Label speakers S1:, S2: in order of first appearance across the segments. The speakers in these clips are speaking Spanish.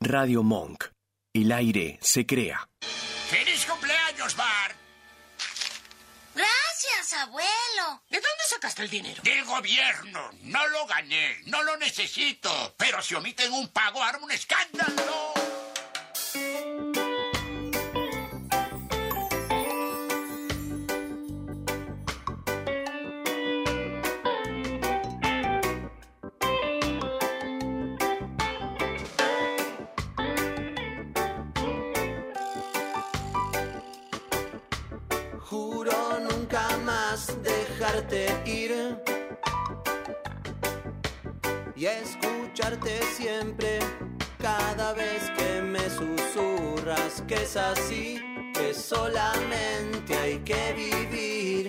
S1: Radio Monk. El aire se crea.
S2: ¡Feliz cumpleaños, Bart!
S3: Gracias, abuelo.
S4: ¿De dónde sacaste el dinero?
S2: Del gobierno. No lo gané. No lo necesito. Pero si omiten un pago, arma un escándalo.
S5: Juro nunca más dejarte ir y escucharte siempre cada vez que me susurras que es así, que solamente hay que vivir.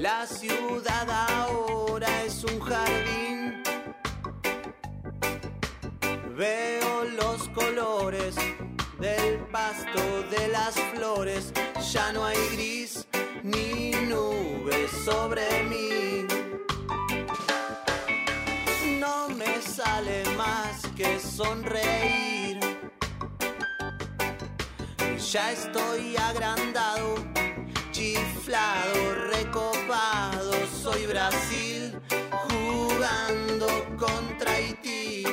S5: La ciudad ahora es un jardín. Veo los colores del pasto de las flores. Ya no hay gris ni nubes sobre mí. No me sale más que sonreír. Ya estoy agrandado, chiflado, recopado. Soy Brasil jugando contra Haití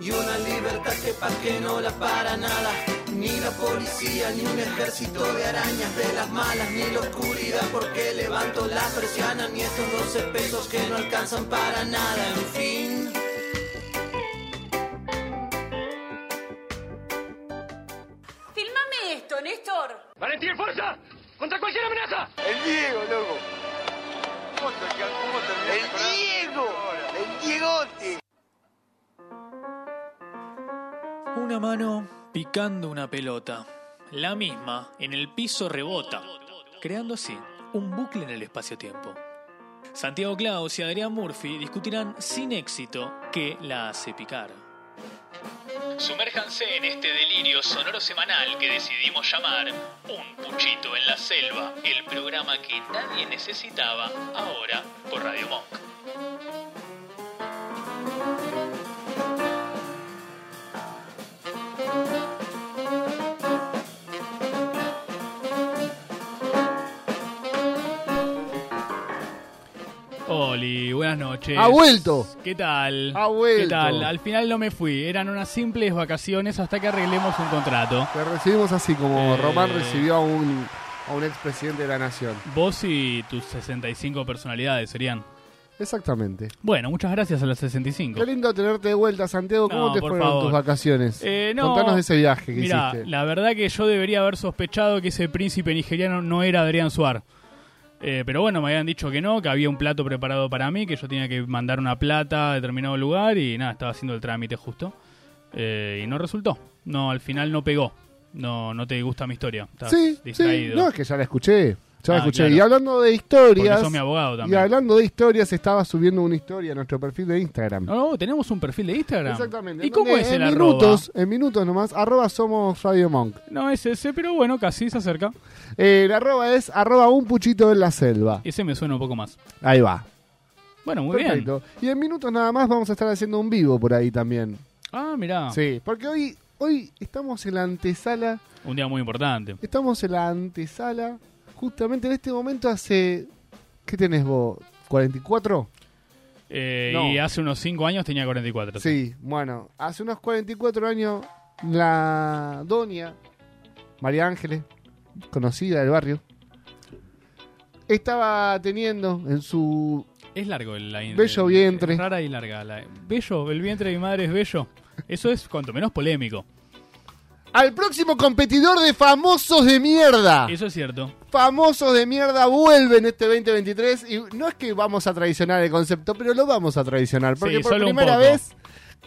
S5: y una libertad que pa' que no la para nada. Ni la policía, ni un ejército de arañas de las malas, ni la oscuridad porque levanto las persianas, ni estos 12 pesos que no alcanzan para nada, en fin.
S3: Fílmame esto, Néstor.
S6: ¡Valentín, fuerza! ¡Contra cualquier amenaza!
S7: El Diego, loco. El Diego. El Diegote.
S8: Una mano picando una pelota. La misma en el piso rebota, creando así un bucle en el espacio-tiempo. Santiago Claus y Adrián Murphy discutirán sin éxito qué la hace picar. Sumérjanse en este delirio sonoro semanal que decidimos llamar Un Puchito en la Selva, el programa que nadie necesitaba ahora por Radio Monk.
S9: Oli, buenas noches.
S10: Ha vuelto.
S9: ¿Qué tal?
S10: Ha vuelto.
S9: ¿Qué tal? Al final no me fui, eran unas simples vacaciones hasta que arreglemos un contrato.
S10: Te recibimos así como
S9: Eh.
S10: Román recibió a un, a un expresidente de la nación.
S9: Vos y tus 65 personalidades serían.
S10: Exactamente.
S9: Bueno, muchas gracias a las 65.
S10: Qué lindo tenerte de vuelta, Santiago. ¿Cómo
S9: No,
S10: te
S9: por
S10: fueron
S9: favor.
S10: tus vacaciones?
S9: Eh, no.
S10: Contanos de ese viaje que
S9: Mira,
S10: hiciste.
S9: la verdad que yo debería haber sospechado que ese príncipe nigeriano no era Adrián Suar. Eh, pero bueno, me habían dicho que no, que había un plato preparado para mí, que yo tenía que mandar una plata a determinado lugar y nada, estaba haciendo el trámite justo. Eh, y no resultó. No, al final no pegó. No, no te gusta mi historia. Estás
S10: sí, sí.
S9: distraído.
S10: No, es que ya la escuché. Ya la
S9: Ah,
S10: escuché.
S9: claro.
S10: Y hablando de
S9: Porque
S10: historias.
S9: sos mi abogado
S10: Y
S9: también.
S10: hablando de historias, estaba subiendo una historia a nuestro perfil de Instagram.
S9: No, no, tenemos un perfil de Instagram.
S10: Exactamente.
S9: ¿Y cómo
S10: Donde
S9: es el
S10: en
S9: arroba?
S10: minutos, En minutos nomás, arroba somos Radio Monk.
S9: No es ese, pero bueno, casi se acerca.
S10: Eh, el arroba es arroba un puchito en la selva.
S9: Ese me suena un poco más.
S10: Ahí va.
S9: Bueno, muy bien.
S10: Perfecto. Y en minutos nada más vamos a estar haciendo un vivo por ahí también.
S9: Ah, mirá.
S10: Sí, porque hoy, hoy estamos en la antesala.
S9: Un día muy importante.
S10: Estamos en la antesala. Justamente en este momento hace. ¿Qué tenés vos? ¿44?
S9: Eh,
S10: No.
S9: Y hace unos 5 años tenía 44.
S10: Sí, bueno, hace unos 44 años la doña María Ángeles, conocida del barrio, estaba teniendo en su...
S9: Es largo el la
S10: Bello
S9: el-
S10: vientre.
S9: es rara y larga. la- bello, el vientre de mi madre es bello. Eso es cuanto menos polémico.
S10: Al próximo competidor de famosos de mierda.
S9: Eso es cierto.
S10: Famosos de mierda vuelven este 2023 y no es que vamos a traicionar el concepto, pero lo vamos a traicionar porque
S9: Sí,
S10: por
S9: solo un
S10: primera
S9: poco.
S10: vez...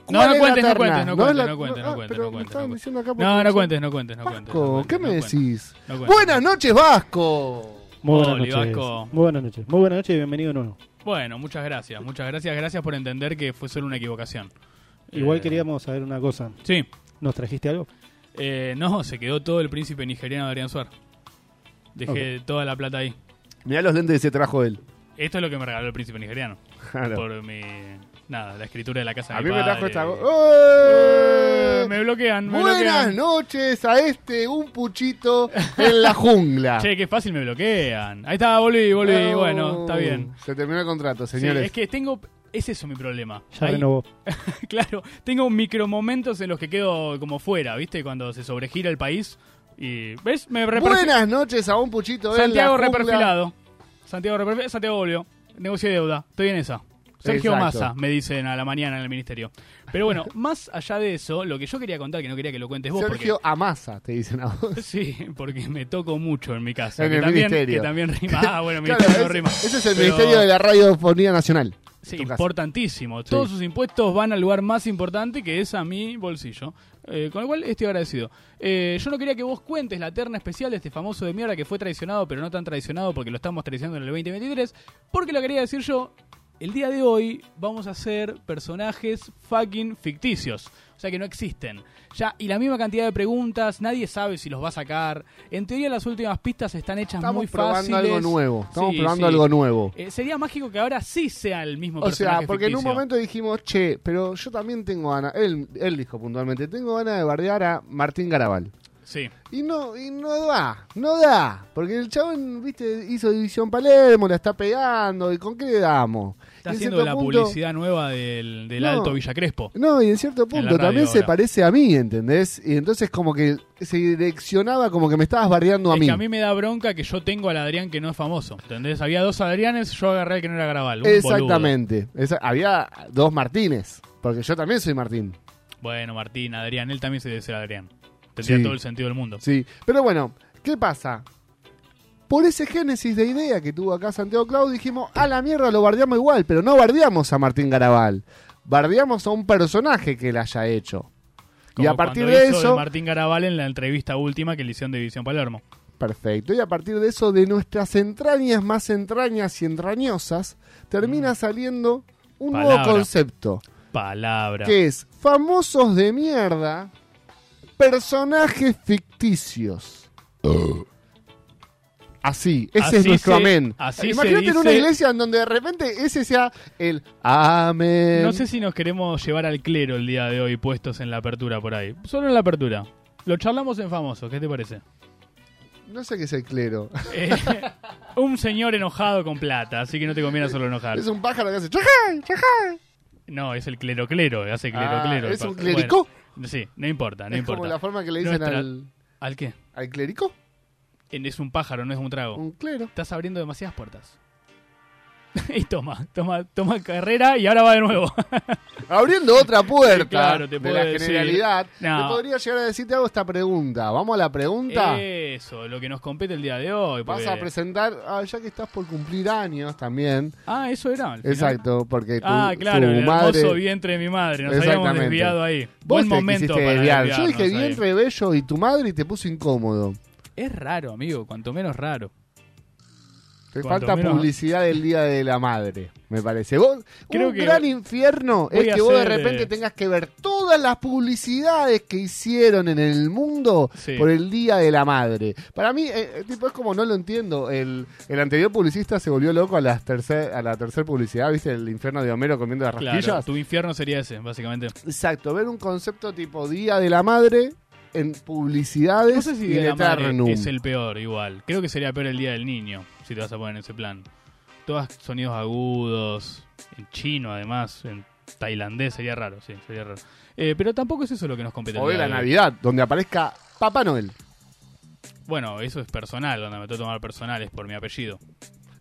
S9: No,
S10: ¿cuál es
S9: no
S10: la
S9: cuentes, no
S10: terna?
S9: cuentes, no
S10: es
S9: cuentes,
S10: la-
S9: no cuentes,
S10: ah,
S9: no cuentes,
S10: pero
S9: no
S10: me
S9: cuentes,
S10: estaban
S9: no
S10: diciendo acá por
S9: No, no
S10: WhatsApp.
S9: cuentes, no cuentes, no cuentes. no
S10: Vasco,
S9: cuentes,
S10: ¿qué
S9: no
S10: me
S9: cuentes.
S10: decís?
S9: No cuentes.
S10: Buenas noches, Vasco.
S11: Muy buenas
S9: Oli,
S11: noches.
S9: Vasco.
S11: Muy buenas noches. Muy buenas noches y bienvenido de nuevo.
S9: Bueno, muchas gracias, muchas gracias, gracias por entender que fue solo una equivocación.
S11: Igual
S9: Eh,
S11: queríamos saber una cosa.
S9: Sí.
S11: ¿Nos trajiste algo?
S9: Eh, no, se quedó todo el príncipe nigeriano de Adrián Suar. Dejé toda la plata ahí.
S10: Mirá los lentes que se trajo él.
S9: Esto es lo que me regaló el príncipe nigeriano. Por mi, Nada, la escritura de la casa de
S10: A
S9: mi
S10: mí me trajo
S9: padre.
S10: esta. go- ¡Eh!
S9: Me bloquean, me
S10: Buenas
S9: bloquean.
S10: noches a este, un puchito en la jungla.
S9: Che, qué fácil me bloquean. Ahí está, volví, volví.
S10: No.
S9: Bueno, está bien.
S10: Se terminó el contrato,
S9: Sí,
S10: Oh. señores.
S9: es que tengo. Es eso mi problema.
S11: Ya
S9: Ahí-
S11: renovó.
S9: claro, tengo micromomentos en los que quedo como fuera, ¿viste? Cuando se sobregira el país. Y. ¿Ves? Me reperfil-
S10: Buenas noches a un puchito en la
S9: Santiago
S10: jungla.
S9: reperfilado. Santiago reperfilado. Santiago volvió. Negocio de deuda. Estoy en esa. Sergio
S10: Exacto.
S9: Massa, me dicen a la mañana en el ministerio. Pero bueno, más allá de eso, lo que yo quería contar, que no quería que lo cuentes vos, porque
S10: Sergio Amasa, te dicen a vos.
S9: Sí, porque me toco mucho en mi casa.
S10: En
S9: que
S10: el
S9: también,
S10: ministerio.
S9: Que también rima. Ah, bueno,
S10: Claro,
S9: ministerio
S10: ese-
S9: no rima.
S10: Ese es el
S9: Pero-
S10: Ministerio de la Radiofonía Nacional.
S9: Sí,
S10: Tu casa.
S9: importantísimo. Todos sus impuestos van al lugar más importante que es a mi bolsillo. Eh, con lo cual estoy agradecido. Eh, yo no quería que vos cuentes la terna especial de este famoso de mierda que fue traicionado, pero no tan traicionado porque lo estamos traicionando en el 2023. Porque lo quería decir yo. El día de hoy vamos a hacer personajes fucking ficticios. O sea que no existen. Ya, y la misma cantidad de preguntas, nadie sabe si los va a sacar. En teoría las últimas pistas están hechas
S10: Estamos
S9: muy
S10: probando
S9: fáciles.
S10: algo nuevo. Estamos
S9: Sí,
S10: probando
S9: sí.
S10: algo nuevo.
S9: Eh, sería mágico que ahora sí sea el mismo
S10: O sea,
S9: personaje
S10: porque en un
S9: ficticio.
S10: momento dijimos, che, pero yo también tengo ganas, él, él dijo puntualmente, tengo ganas de bardear a Martín Garabal.
S9: Sí.
S10: Y no, y no da, no da. Porque el chabón, viste, hizo División Palermo, la está pegando, ¿y con qué le damos? Y
S9: Está
S10: en
S9: haciendo
S10: cierto
S9: la
S10: punto-
S9: publicidad nueva del, del
S10: No.
S9: Alto Villa Crespo.
S10: No, y en cierto punto
S9: radio
S10: también se
S9: ahora.
S10: parece a mí, ¿entendés? Y entonces como que se direccionaba como que me estabas bardeando a
S9: es
S10: mí.
S9: que a mí me da bronca que yo tengo al Adrián que no es famoso. ¿Entendés? Había dos Adrianes, yo agarré al que no era Grabal. un
S10: Exactamente. Esa- había dos Martínez, porque yo también soy Martín.
S9: boludo. Bueno, Martín, Adrián, él también se debe ser Adrián. Tendría
S10: Sí.
S9: todo el sentido del mundo.
S10: Sí, pero bueno, ¿qué pasa? Por ese génesis de idea que tuvo acá Santiago Claudio, dijimos, a la mierda lo bardeamos igual, pero no bardeamos a Martín Garabal, bardeamos a un personaje que él haya hecho.
S9: Como
S10: y a partir
S9: cuando
S10: de
S9: hizo
S10: eso,
S9: Martín Garabal en la entrevista última que le hicieron de División Palermo.
S10: perfecto, y a partir de eso, de nuestras entrañas más entrañas y entrañosas, termina saliendo un
S9: Mm. Palabra.
S10: nuevo concepto,
S9: Palabra.
S10: que es famosos de mierda, personajes ficticios. Así, ese es
S9: Ah. Así
S10: nuestro
S9: se-
S10: amén.
S9: así
S10: Imagínate
S9: se
S10: en una
S9: dice-
S10: iglesia en donde de repente ese sea el amén.
S9: No sé si nos queremos llevar al clero el día de hoy puestos en la apertura por ahí. Solo en la apertura. Lo charlamos en famoso, ¿qué te parece?
S10: No sé qué es el clero.
S9: Eh, un señor enojado con plata, así que no te conviene solo enojar.
S10: Es un pájaro que hace chajay, chajay.
S9: No, es el clero clero, hace clero
S10: Ah,
S9: clero.
S10: ¿es un
S9: Bueno,
S10: clérico?
S9: sí, no importa, no
S10: es
S9: importa.
S10: como la forma que le dicen
S9: Nuestra-
S10: al,
S9: ¿Al qué?
S10: al clérico.
S9: En- Es un pájaro, no es un trago.
S10: Un clero.
S9: Estás abriendo demasiadas puertas. y toma, toma, toma carrera y ahora va de nuevo.
S10: Abriendo otra puerta
S9: Claro, te
S10: de
S9: puedo
S10: la
S9: decir.
S10: generalidad.
S9: No.
S10: Te podría llegar a decirte hago esta pregunta. Vamos a la pregunta.
S9: Eh, Eso, lo que nos compete el día de hoy.
S10: Vas
S9: porque-
S10: a presentar, ah, ya que estás por cumplir años también.
S9: Ah, eso era. al final.
S10: Exacto, porque tu,
S9: Ah, claro,
S10: tu
S9: el
S10: madre.
S9: hermoso vientre de mi madre. Nos habíamos
S10: Exactamente.
S9: desviado ahí.
S10: Vos
S9: Buen
S10: te
S9: momento
S10: quisiste
S9: para
S10: desviar. Yo dije
S9: desviarnos ahí.
S10: bien rebello y tu madre y te puso incómodo.
S9: Es raro, amigo, cuanto menos raro.
S10: Te
S9: Cuanto
S10: falta
S9: menos-
S10: publicidad del Día de la Madre, me parece. Vos,
S9: Creo
S10: un
S9: que
S10: gran infierno es
S9: voy a
S10: que vos de
S9: hacer,
S10: repente
S9: eh,
S10: tengas que ver todas las publicidades que hicieron en el mundo
S9: Sí.
S10: por el Día de la Madre. Para mí, eh, eh, tipo, es como no lo entiendo. El, el anterior publicista se volvió loco a, las tercer, a la tercera publicidad, ¿viste? El infierno de Homero comiendo las
S9: Claro,
S10: rosquillas.
S9: tu infierno sería ese, básicamente.
S10: Exacto, ver un concepto tipo Día de la Madre en publicidades
S9: No sé si
S10: y
S9: Día de
S10: en
S9: la madre
S10: Eternum.
S9: es el peor, igual. Creo que sería peor el día del niño, si te vas a poner en ese plan. Todos sonidos agudos, en chino además, en tailandés, sería raro, sí, sería raro. Eh, pero tampoco es eso lo que nos compete.
S10: O
S9: el
S10: de
S9: día
S10: la
S9: de hoy.
S10: Navidad, donde aparezca Papá Noel.
S9: Bueno, eso es personal, donde me tengo que tomar personal, es por mi apellido.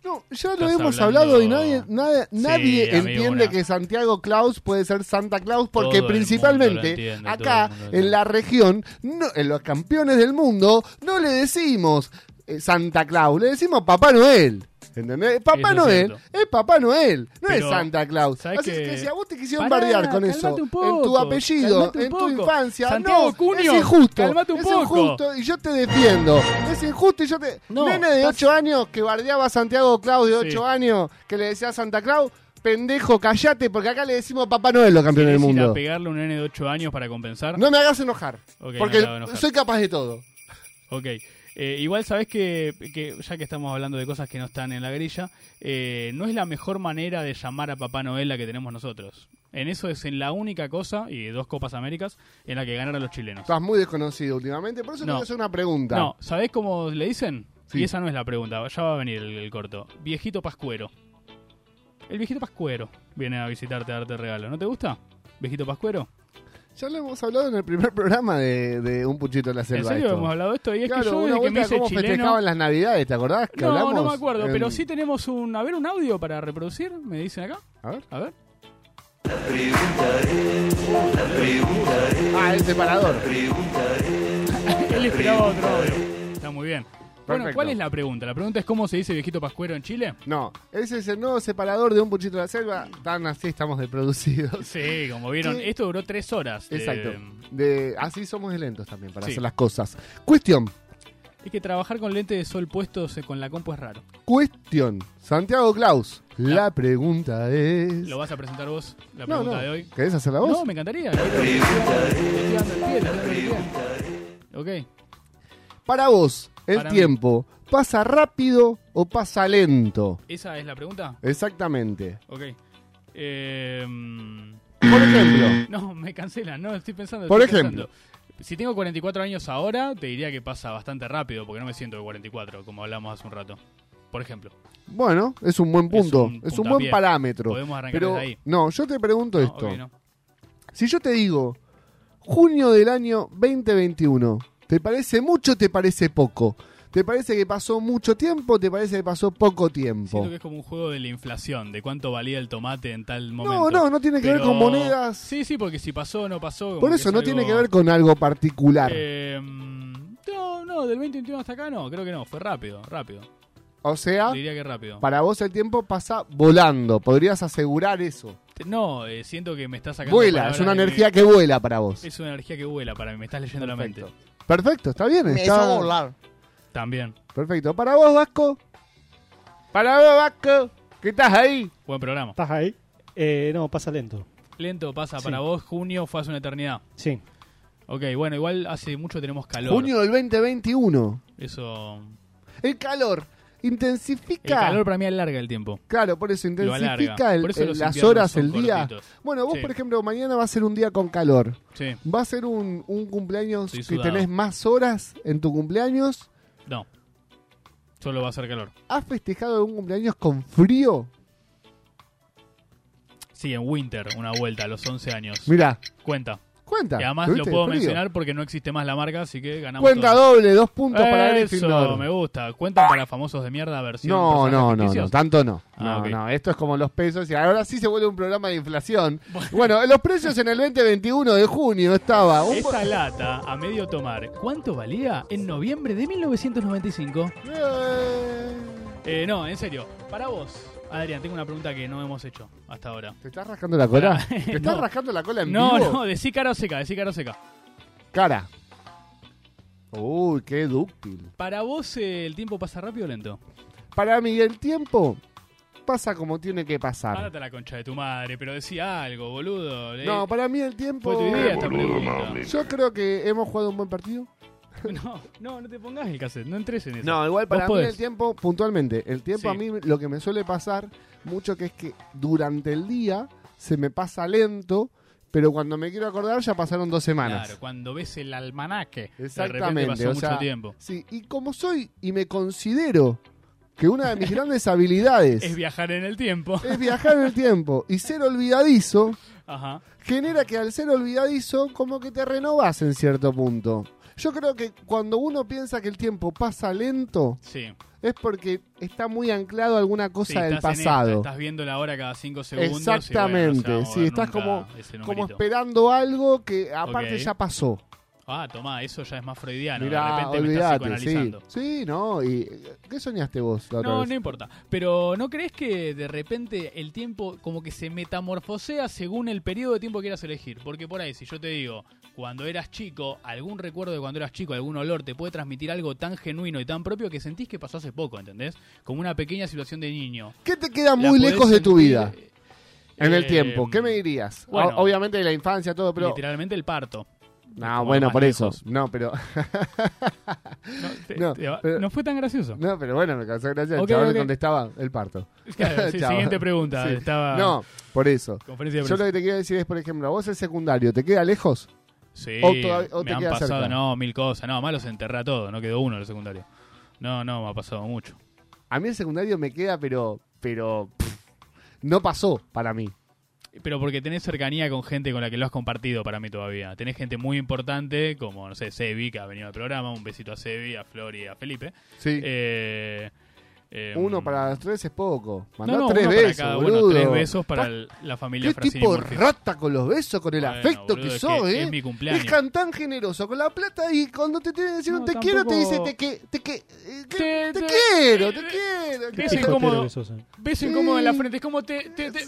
S10: No, ya lo
S9: Estás
S10: hemos
S9: hablando-
S10: hablado y nadie, nadie,
S9: Sí,
S10: nadie
S9: amigo,
S10: entiende
S9: una-
S10: que Santiago Claus puede ser Santa Claus porque
S9: Todo el mundo lo
S10: principalmente
S9: entiende, todo
S10: acá
S9: el mundo lo
S10: en la región, no- en los campeones del mundo, no le decimos eh, Santa Claus, le decimos Papá Noel. ¿Entendés? Papá
S9: es
S10: Noel
S9: cierto.
S10: es, Papá Noel, no es
S9: Pero,
S10: Santa Claus.
S9: ¿sabés
S10: Así que...
S9: que
S10: si a vos te quisieron
S9: Pará,
S10: bardear con
S9: calmate
S10: eso,
S9: un
S10: en tu
S9: poco,
S10: apellido,
S9: calmate un
S10: en tu
S9: poco.
S10: infancia,
S9: Santiago
S10: no,
S9: Cunio,
S10: es injusto.
S9: calmate un
S10: es
S9: poco.
S10: injusto y yo te defiendo. Es injusto y yo te...
S9: No,
S10: Nene de
S9: estás-
S10: 8 años que bardeaba a Santiago Claus de 8
S9: Sí.
S10: años, que le decía a Santa Claus, pendejo, callate, porque acá le decimos Papá Noel, los campeones del
S9: ¿Querés ir a
S10: mundo.
S9: pegarle a un nene de 8 años para compensar?
S10: No me hagas enojar,
S9: Ok, no
S10: porque
S9: te hago enojar.
S10: soy capaz de todo.
S9: Ok. Eh, igual sabés que, que ya que estamos hablando de cosas que no están en la grilla, eh, no es la mejor manera de llamar a Papá Noel la que tenemos nosotros. En eso es en la única cosa, y dos Copas Américas, en la que ganaron los chilenos.
S10: Estás muy desconocido últimamente, por eso te
S9: No.
S10: voy a hacer una pregunta.
S9: No, ¿sabés cómo le dicen? Y esa no es la pregunta, ya va a venir el, el corto. Viejito Pascuero. El viejito Pascuero viene a visitarte a darte regalo. ¿No te gusta? ¿Viejito Pascuero?
S10: Ya lo hemos hablado en el primer programa de, de Un Puchito en la Selva.
S9: ¿En serio
S10: esto.
S9: hemos hablado de esto? Y es
S10: Claro,
S9: que yo
S10: una
S9: desde que me
S10: vuelta
S9: hice
S10: cómo
S9: chileno...
S10: festejaban las navidades, ¿te acordás? Que
S9: No,
S10: hablamos
S9: no me acuerdo,
S10: en-
S9: pero sí tenemos un... A ver, un audio para reproducir, me dicen acá.
S10: A ver.
S9: A ver.
S10: Ah, el separador.
S9: Él esperaba otro audio. Está muy bien. Bueno,
S10: Perfecto.
S9: ¿cuál es la pregunta? La pregunta es cómo se dice viejito pascuero en Chile.
S10: No, ese es el nuevo separador de Un Puchito en la Selva. Tan así estamos de producidos.
S9: Sí, como vieron,
S10: ¿Qué?
S9: esto duró tres horas. eh, de-
S10: Exacto. De, así somos de lentos también para
S9: Em, Sí.
S10: hacer las cosas. Cuestión,
S9: Es que trabajar con lente de sol puestos eh, con la compu es raro.
S10: cuestión. Santiago Klaus, la pregunta es...
S9: ¿Lo vas a presentar vos,
S10: No,
S9: la pregunta
S10: no.
S9: de hoy?
S10: ¿Querés hacer la voz?
S9: No, me encantaría. quiero- Te estoy dando el pie, te estoy dando el pie. Ok.
S10: Para vos, el
S9: Para mí.
S10: tiempo, ¿pasa rápido o pasa lento?
S9: ¿Esa es la pregunta?
S10: Exactamente.
S9: Ok. Em,
S10: Por ejemplo,
S9: No, me cancelan, no, estoy pensando.
S10: Por
S9: estoy
S10: ejemplo.
S9: pensando. Si tengo 44 años ahora, te diría que pasa bastante rápido, porque no me siento de 44, como hablamos hace un rato. Por ejemplo.
S10: bueno, es un buen punto,
S9: un
S10: es un, buen
S9: puntapié.
S10: parámetro.
S9: Podemos arrancar
S10: Pero,
S9: desde ahí.
S10: no, yo te pregunto
S9: No,
S10: esto.
S9: ok, no.
S10: Si yo te digo, junio del año 2021, ¿te parece mucho o te parece poco? ¿Te parece que pasó mucho tiempo o te parece que pasó poco tiempo?
S9: Siento que es como un juego de la inflación, de cuánto valía el tomate en tal
S10: No,
S9: momento.
S10: no, no tiene que ver
S9: Pero-
S10: con monedas.
S9: Sí, sí, porque si pasó o no pasó. como
S10: Por
S9: que
S10: eso
S9: es
S10: no
S9: algo-
S10: tiene que ver con algo particular.
S9: Em, no, no, del 2021 hasta acá no, creo que no, fue rápido, rápido.
S10: o sea,
S9: Diría que rápido.
S10: para vos el tiempo pasa volando. Podrías asegurar eso.
S9: No, eh, siento que me estás sacando.
S10: Vuela,
S9: palabras
S10: es una
S9: de mi-
S10: energía que vuela para vos.
S9: Es una energía que vuela para mí, me estás leyendo la mente.
S10: Perfecto, está bien. Está...
S9: También.
S10: Perfecto. Para vos, Vasco. Para vos, Vasco. ¿Qué estás ahí?
S9: Buen programa.
S11: ¿Estás ahí? Eh, no, pasa lento.
S9: Lento pasa
S11: Sí.
S9: para vos, junio fue hace una eternidad.
S11: Sí.
S9: Ok, bueno, igual hace mucho tenemos calor.
S10: Junio del 2021.
S9: Eso.
S10: El calor intensifica.
S9: El calor para mí alarga el tiempo.
S10: Claro, por eso
S9: Lo
S10: intensifica
S9: alarga.
S10: el-
S9: Por eso
S10: el-
S9: los
S10: las
S9: inviernos
S10: horas,
S9: son
S10: el día.
S9: cortitos.
S10: Bueno, vos,
S9: Sí.
S10: por ejemplo, mañana va a ser un día con calor.
S9: Sí,
S10: Va a ser un, un cumpleaños
S9: Estoy
S10: que
S9: sudado.
S10: tenés más horas en tu cumpleaños.
S9: no. Solo va a ser calor.
S10: ¿Has festejado un cumpleaños con frío?
S9: Sí, en winter, una vuelta a los 11 años.
S10: Mirá,
S9: Cuenta.
S10: cuenta.
S9: Y además lo
S10: ¿tuviste
S9: puedo
S10: frío?
S9: mencionar porque no existe más la marca, así que ganamos.
S10: Cuenta
S9: todos.
S10: doble, dos puntos para
S9: Eso,
S10: Gryffindor.
S9: me gusta. Cuenta para famosos de mierda versión.
S10: No,
S9: personajes
S10: no, no,
S9: ficticios.
S10: no, tanto no.
S9: Ah,
S10: no,
S9: ok.
S10: no, esto es como los pesos y ahora sí se vuelve un programa de inflación. Bueno, los precios en el 2021 de junio estaba un
S9: Esta lata a medio tomar, ¿cuánto valía en noviembre de 1995?
S10: Eh,
S9: Eh, no, en serio. Para vos, Adrián, tengo una pregunta que no hemos hecho hasta ahora.
S10: ¿Te estás rascando la cola?
S9: Pará.
S10: ¿Te estás
S9: No.
S10: rascando la cola en
S9: No,
S10: vivo?
S9: no, decí cara o seca, decí cara o seca.
S10: Cara. Uy, qué dúctil.
S9: Para vos eh, el tiempo pasa rápido o lento.
S10: Para mí el tiempo pasa como tiene que pasar.
S9: Párate la concha de tu madre, pero decía algo, boludo. Eh,
S10: No, para mí el
S9: fue
S10: tiempo...
S9: tu idea esta pregunta.
S10: Yo creo que hemos jugado un buen partido.
S9: No, no, no te pongas el cassette, no entres en eso.
S10: No, igual para
S9: Vos
S10: mí
S9: podés.
S10: el tiempo, puntualmente, el tiempo
S9: Sí.
S10: a mí lo que me suele pasar mucho que es que durante el día se me pasa lento, pero cuando me quiero acordar ya pasaron dos semanas.
S9: Claro, cuando ves el almanaque, de repente
S10: Exactamente.
S9: pasó
S10: o
S9: mucho
S10: sea,
S9: tiempo.
S10: Sí, y como soy y me considero que una de mis grandes habilidades
S9: Es viajar en el tiempo.
S10: es viajar en el tiempo y ser olvidadizo,
S9: Ajá.
S10: genera que al ser olvidadizo, como que te renovas en cierto punto. Yo creo que cuando uno piensa que el tiempo pasa lento,
S9: Sí.
S10: es porque está muy anclado a alguna cosa
S9: Sí,
S10: del
S9: estás en esta,
S10: pasado.
S9: estás viendo la hora cada cinco segundos.
S10: Exactamente,
S9: y bueno, no se va a
S10: sí,
S9: mover
S10: estás
S9: nunca
S10: como-
S9: ese
S10: Como
S9: este numerito.
S10: esperando algo que aparte
S9: Ok.
S10: ya pasó.
S9: Ah, tomá, eso ya es más freudiano. de
S10: Mirá,
S9: repente me estás
S10: olvídate, sí.
S9: psicoanalizando.
S10: Sí, no, y ¿qué soñaste vos la otra
S9: No,
S10: vez?
S9: no importa. Pero ¿no crees que de repente el tiempo como que se metamorfosea según el periodo de tiempo que quieras elegir? Porque por ahí, si yo te digo, cuando eras chico, algún recuerdo de cuando eras chico, algún olor, te puede transmitir algo tan genuino y tan propio que sentís que pasó hace poco, ¿entendés? Como una pequeña situación de niño.
S10: ¿Qué te queda
S9: La
S10: muy
S9: podés
S10: lejos de tu
S9: sentir,
S10: vida
S9: eh,
S10: en el
S9: eh,
S10: tiempo? ¿Qué me dirías?
S9: bueno.
S10: O- Obviamente de la infancia, todo, pero
S9: Literalmente el parto.
S10: No,
S9: Bueno,
S10: bueno,
S9: más
S10: por eso. No, pero.
S9: te-
S10: no,
S9: te va-
S10: pero-
S9: no fue tan gracioso.
S10: No, pero bueno, me causó gracia.
S9: Ok,
S10: el chaval
S9: ok.
S10: le contestaba el parto.
S9: Claro, sí,
S10: Chabón.
S9: siguiente pregunta,
S10: Sí.
S9: estaba-
S10: No, por eso.
S9: Conferencia
S10: Yo
S9: de prensa.
S10: lo que te quiero decir es, por ejemplo, a vos el secundario, ¿te queda lejos?
S9: Sí,
S10: O todav- o
S9: me
S10: te
S9: han
S10: queda
S9: pasado,
S10: cerca.
S9: no, mil cosas. No, más los enterrá todo, no quedó uno en la secundaria. No, no, me ha pasado mucho.
S10: A mí el secundario me queda, pero. pero pff, no pasó para mí.
S9: Pero porque tenés cercanía con gente con la que lo has compartido para mí todavía. Tenés gente muy importante, como, no sé, Sebi, que ha venido al programa. Un besito a Sebi, a Flor y a Felipe.
S10: Sí.
S9: Eh, eh,
S10: uno para los tres es poco.
S9: no,
S10: Mandá
S9: no,
S10: tres
S9: uno para
S10: besos,
S9: cada uno,
S10: boludo.
S9: tres besos para
S10: Pa-
S9: el- la familia
S10: Qué
S9: Francini
S10: tipo
S9: Murphy.
S10: rata con los besos, con el
S9: Bueno,
S10: afecto
S9: boludo, es que
S10: que sos, ¿eh?
S9: es mi cumpleaños.
S10: Es can- tan generoso con la plata y cuando te tienen que decir un te quiero, te dice te, que, te, que, eh, que- te, quiero, te quiero.
S9: Beso
S10: claro.
S9: incómodo.
S10: Qué jotero
S11: eh.
S9: Beso
S10: Sí.
S9: incómodo en la frente. Es como te. te, te-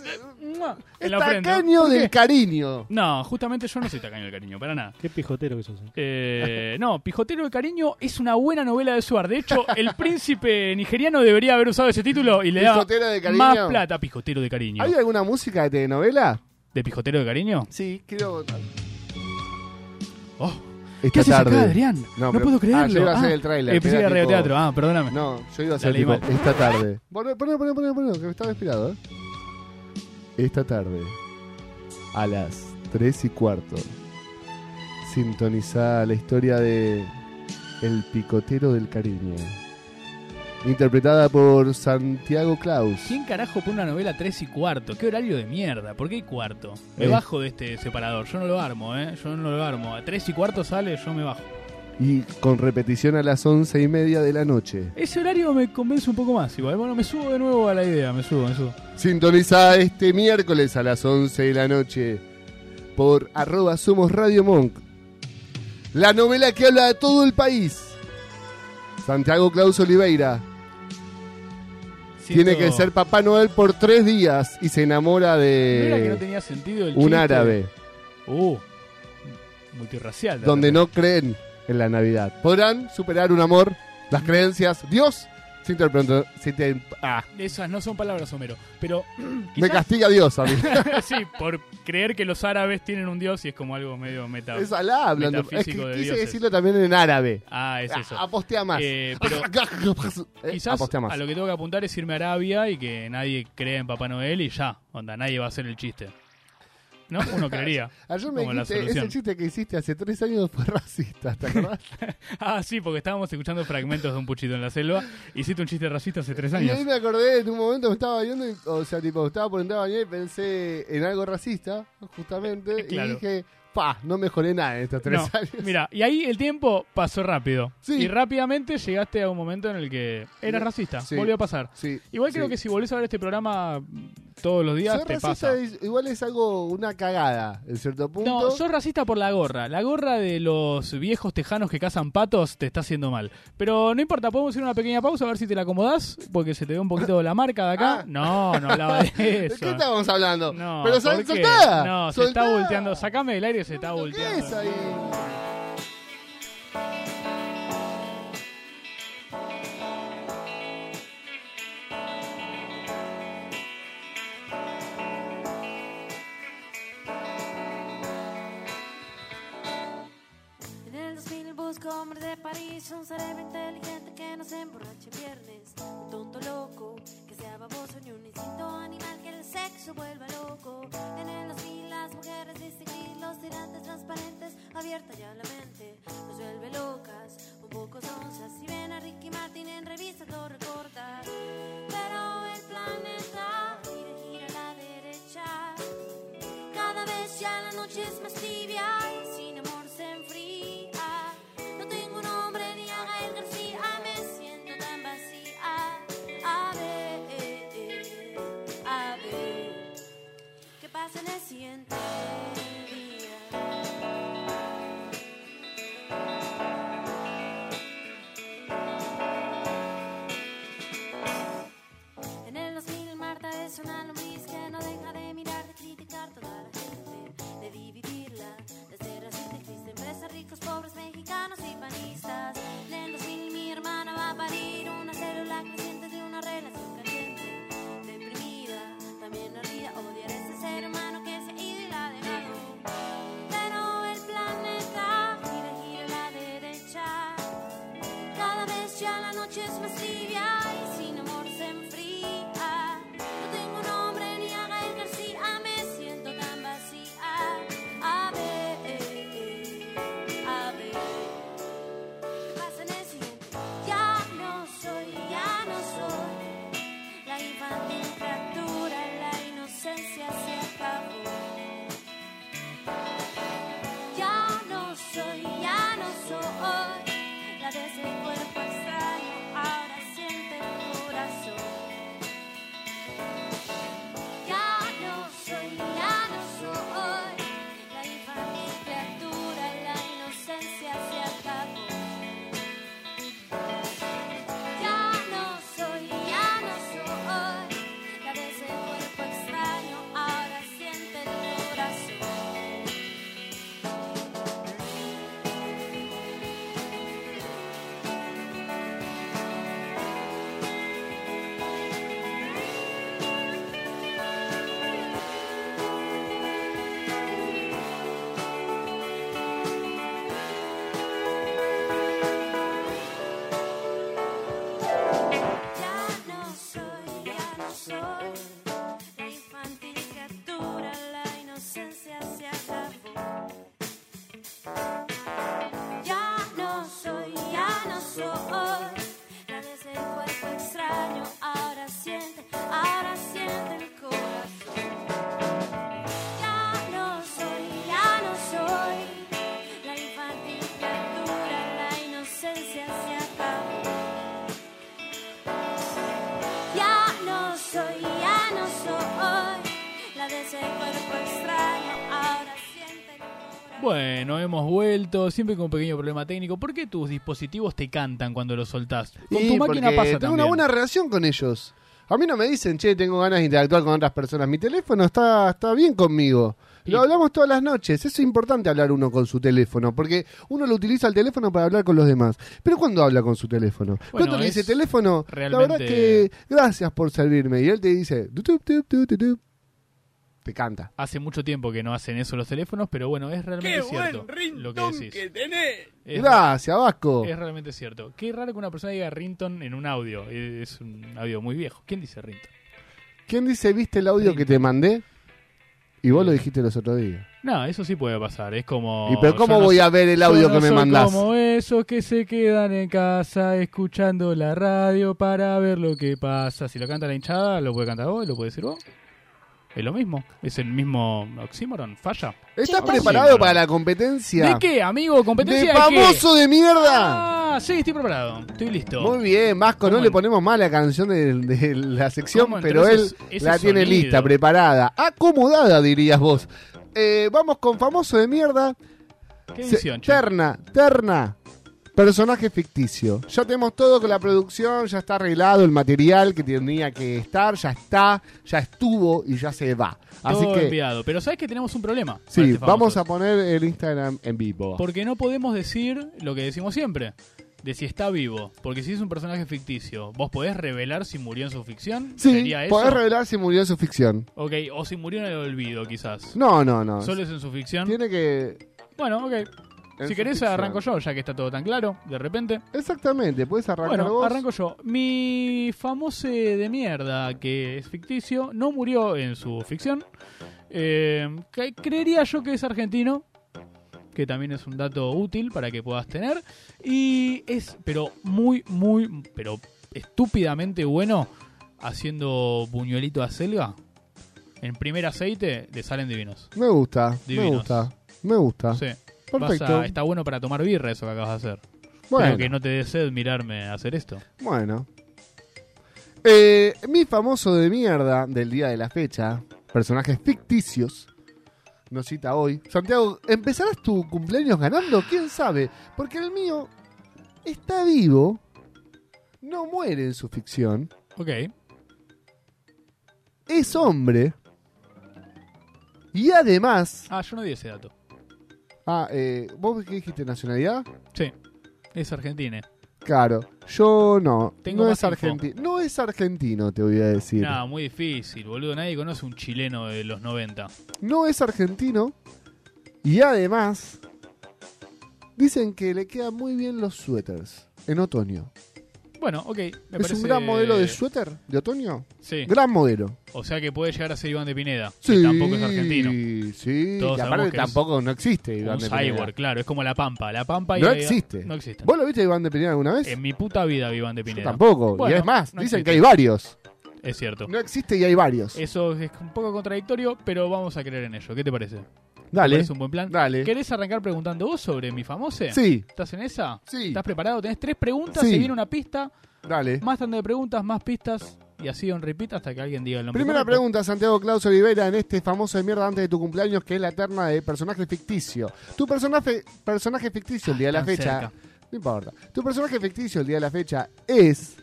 S9: ¡mua! en la frente.
S10: Tacaño
S9: ¿Por qué?
S10: del cariño.
S9: No, justamente yo no soy tacaño del cariño, para nada.
S11: Qué pijotero que sos. eh.
S9: Eh, no, Pijotero de Cariño es una buena novela de Suar. De hecho, el príncipe nigeriano debería haber usado ese título y le daba
S10: ¿Pijotero de cariño?
S9: más plata. Pijotero de Cariño.
S10: ¿Hay alguna música de telenovela?
S9: ¿De Pijotero de Cariño?
S10: Sí, quiero.
S9: Oh,
S10: Esta
S9: ¿Qué haces
S10: tarde.
S9: acá, Adrián?
S10: pero-
S9: No puedo
S10: Ah, yo
S9: creerlo.
S10: iba a hacer
S9: Ah,
S10: el trailer.
S9: eh, pensé que era radioteatro. Ah, perdóname.
S10: No, yo iba a hacer
S9: Dale,
S10: tipo,
S9: Iman.
S10: esta tarde. Poné, poné, poné, poné, poné, que me estaba inspirado, ¿eh? Esta tarde, a las 3 y cuarto, sintonizá la historia de El picotero del cariño. Interpretada por Santiago Claus.
S9: ¿Quién carajo pone una novela 3 y cuarto? ¿Qué horario de mierda? ¿Por qué hay cuarto? Me
S10: Eh.
S9: bajo de este separador. Yo no lo armo, ¿eh? Yo no lo armo. A 3 y cuarto sale, yo me bajo.
S10: Y con repetición a las once y media de la noche.
S9: Ese horario me convence un poco más. Igual, bueno, me subo de nuevo a la idea. Me subo, me subo.
S10: Sintoniza este miércoles a las 11 de la noche por arroba somos Radio Monk. La novela que habla de todo el país. Santiago Claus Oliveira
S9: Siento-
S10: tiene que ser Papá Noel por tres días y se enamora
S9: ¿No era que no
S10: de
S9: tenía sentido el
S10: Eh, un
S9: chiste?
S10: árabe
S9: Uh, multirracial.
S10: donde no creen en la Navidad. ¿Podrán superar un amor, las creencias? Dios se interpretó- se te- ah,
S9: Esas no son palabras, Homero. Pero.
S10: me castiga Dios a mí.
S9: sí, por creer que los árabes tienen un dios y es como algo medio meta.
S10: Es Alá hablando. Es que
S9: metafísico de
S10: quise
S9: dioses.
S10: decirlo también en árabe.
S9: Ah, es eso.
S10: Ah, Apostea más.
S9: Eh, pero
S10: Eh,
S9: quizás
S10: apostea más.
S9: a lo que tengo que apuntar es irme a Arabia y que nadie cree en Papá Noel y ya. Onda, nadie va a hacer el chiste. ¿No? Uno creería.
S10: Ayer Ah, me
S9: como la
S10: dijiste,
S9: solución.
S10: ese chiste que hiciste hace tres años fue racista, ¿te acordás?
S9: Ah, sí, porque estábamos escuchando fragmentos de un puchito en la selva. Hiciste un chiste racista hace tres
S10: y ahí
S9: años.
S10: me acordé, en un momento me estaba bañando, y- o sea, tipo, estaba por entrar a bañar y pensé en algo racista, justamente,
S9: Claro.
S10: y dije, pa, no mejoré nada en estos tres
S9: No,
S10: años.
S9: mira, y ahí el tiempo pasó rápido.
S10: Sí.
S9: Y rápidamente llegaste a un momento en el que eras racista.
S10: Sí.
S9: Volvió a pasar.
S10: Sí,
S9: Igual creo
S10: sí.
S9: que si volvés a ver este programa todos los días,
S10: Ser
S9: te
S10: racista
S9: pasa.
S10: es- igual es algo, una cagada, en cierto punto.
S9: No, sos racista por la gorra. La gorra de los viejos tejanos que cazan patos te está haciendo mal. Pero no importa, podemos ir a una pequeña pausa a ver si te la acomodás, porque se te ve un poquito la marca de acá.
S10: Ah.
S9: No, no hablaba de
S10: ¿De
S9: eso.
S10: qué estábamos hablando?
S9: No,
S10: Pero
S9: ¿por
S10: sol-
S9: qué?
S10: soltá,
S9: No, se
S10: soltá.
S9: está volteando. Sacame del aire, se está
S10: ¿Qué
S9: volteando.
S10: es ahí?
S4: En el 2000 busco hombres de París, un cerebro inteligente que no se emborrache viernes. Un tonto loco que sea baboso ni un instinto animal que el sexo vuelva loco. En el 2000 las mujeres distinguir los tirantes transparentes, abierta ya la mente, nos vuelve locas, un poco sonzas. Si ven a Ricky Martin en revista lo recorta. Pero el planeta gira, gira a la derecha. Cada vez ya la noche es más tibia y sin amor se enfría. No tengo nombre ni a Gael García, me siento tan vacía. A ver, a ver, ¿qué pasa en el siguiente día? En el 2000 Marta es una lombriz que no deja de mirar, de criticar toda la gente, de dividirla, de ser así, de triste empresa, ricos, pobres, mexicanos y panistas. En el 2000 mi hermana va a parir una célula creciente de una relación caliente, deprimida, también ardida, odiar a ese ser humano que se ha ido y la ha dejado. Pero ese cuerpo extraño. Ahora siente
S9: Bueno, hemos vuelto, siempre con un pequeño problema técnico. ¿Por qué tus dispositivos te cantan cuando los soltás? Con
S10: Y
S9: tu máquina
S10: porque
S9: pasa
S10: tengo una
S9: también.
S10: buena relación con ellos. A mí no me dicen, che, tengo ganas de interactuar con otras personas. Mi teléfono está, está bien conmigo. Lo hablamos todas las noches. Eso es importante hablar uno con su teléfono, porque uno lo utiliza el teléfono para hablar con los demás. Pero ¿cuándo habla con su teléfono? ¿Cuándo le
S9: es
S10: dice teléfono? La verdad
S9: realmente-
S10: que gracias por servirme. Y él te dice, "Tu, tu, tu, tu, tu, tu". te canta.
S9: Hace mucho tiempo que no hacen eso los teléfonos, pero bueno, es realmente cierto lo que decís. Es-
S10: Gracias, Vasco.
S9: Es realmente cierto. Qué raro que una persona diga Rinton en un audio. Es un audio muy viejo. ¿Quién dice Rinton?
S10: ¿Quién dice, viste el audio que te mandé? Y vos lo dijiste los otros días.
S9: No, eso sí puede pasar. Es como.
S10: ¿Y pero cómo
S9: yo no
S10: voy
S9: so-
S10: a ver el
S9: yo
S10: audio
S9: no
S10: que me
S9: soy
S10: mandás?
S9: Como esos que se quedan en casa escuchando la radio para ver lo que pasa. Si lo canta la hinchada, lo puede cantar vos, lo puede decir vos. Es lo mismo. Es el mismo oxímoron. Falla.
S10: ¿Estás
S9: Oxímoron.
S10: preparado para la competencia?
S9: ¿De qué, amigo? ¿Competencia
S10: ¡De
S9: de qué?
S10: famoso de mierda!
S9: Ah, sí, estoy preparado. Estoy listo.
S10: Muy bien, Vasco, no le ponemos mal la canción de, de la sección,
S9: ¿Cómo entró
S10: pero él
S9: ese- ese
S10: la tiene
S9: sonido?
S10: lista, preparada, acomodada, dirías vos. Eh, vamos con famoso de mierda.
S9: ¿Qué
S10: Se-
S9: edición, che?
S10: terna, terna. Personaje ficticio. Ya tenemos todo con la producción, ya está arreglado el material que tenía que estar, ya está, ya estuvo y ya se va. Así
S9: Todo
S10: que
S9: enviado. Pero sabes que tenemos un problema. para
S10: sí,
S9: este famoso.
S10: vamos a poner el Instagram en vivo.
S9: Porque no podemos decir lo que decimos siempre, de si está vivo. Porque si es un personaje ficticio, ¿vos podés revelar si murió en su ficción?
S10: Sí,
S9: ¿Sería eso?
S10: podés revelar si murió en su ficción.
S9: Ok, o si murió en el olvido, quizás.
S10: No, no, no.
S9: ¿Solo es en su ficción?
S10: Tiene que...
S9: Bueno, ok.
S10: En
S9: Si
S10: su
S9: querés
S10: ficción.
S9: arranco yo, ya que está todo tan claro, de repente.
S10: Exactamente, puedes arrancar
S9: Bueno,
S10: vos.
S9: arranco yo. Mi famoso de mierda, que es ficticio, no murió en su ficción. Eh, que- creería yo que es argentino, que también es un dato útil para que puedas tener. Y es, pero muy, muy, pero estúpidamente bueno haciendo buñuelito a selga. En primer aceite le salen divinos.
S10: Me gusta,
S9: Divinos.
S10: me gusta, me gusta.
S9: Sí. Vas
S10: Ah, Perfecto.
S9: a- está bueno para tomar birra eso que acabas de hacer.
S10: Bueno.
S9: Pero que no te dé sed mirarme hacer esto.
S10: Bueno. Eh, mi famoso de mierda del día de la fecha, personajes ficticios, nos cita hoy. Santiago, ¿empezarás tu cumpleaños ganando? ¿Quién sabe? Porque el mío está vivo, no muere en su ficción,
S9: Ok.
S10: es hombre y además...
S9: Ah, yo no di ese dato.
S10: Ah, eh, ¿vos qué dijiste? ¿Nacionalidad?
S9: Sí. Es argentina.
S10: Claro, yo no.
S9: Tengo
S10: no,
S9: más
S10: es argentino, no es argentino, te voy a decir.
S9: Nah, muy difícil, boludo. Nadie conoce un chileno de los 90.
S10: no es argentino y además dicen que le quedan muy bien los suéteres en otoño.
S9: Bueno, ok. Me
S10: ¿Es
S9: parece-
S10: un gran modelo de suéter de otoño?
S9: Sí.
S10: Gran modelo.
S9: O sea que puede llegar a ser Iván de Pineda.
S10: Sí,
S9: Que tampoco es argentino.
S10: Sí, y
S9: Todos sabemos
S10: aparte
S9: que es
S10: tampoco no existe Iván
S9: un
S10: de
S9: cyborg,
S10: Pineda.
S9: claro. Es como la Pampa. La Pampa y
S10: No
S9: la-
S10: existe.
S9: No existe.
S10: ¿Vos lo viste a Iván de Pineda alguna vez?
S9: En mi puta vida vi Iván de Pineda.
S10: tampoco.
S9: Bueno,
S10: y es más,
S9: no
S10: dicen
S9: existe.
S10: que hay varios.
S9: Es cierto.
S10: No existe y hay varios.
S9: Eso es un poco contradictorio, pero vamos a creer en ello. ¿Qué te parece?
S10: Dale.
S9: ¿Es un buen plan?
S10: Dale.
S9: ¿Querés arrancar preguntando vos sobre mi famoso?
S10: Sí.
S9: ¿Estás en esa?
S10: Sí.
S9: ¿Estás preparado? Tenés tres preguntas,
S10: Sí.
S9: se viene una pista.
S10: Dale.
S9: Más tanto de preguntas, más pistas. Y así on repeat hasta que alguien diga el nombre.
S10: Primera
S9: correcto.
S10: pregunta, Santiago Claus Olivera, en este famoso de mierda antes de tu cumpleaños, que es la terna de personaje ficticio. Tu personaje, personaje ficticio el día de la
S9: tan
S10: fecha.
S9: Ah, cerca.
S10: No importa. Tu personaje ficticio el día de la fecha es.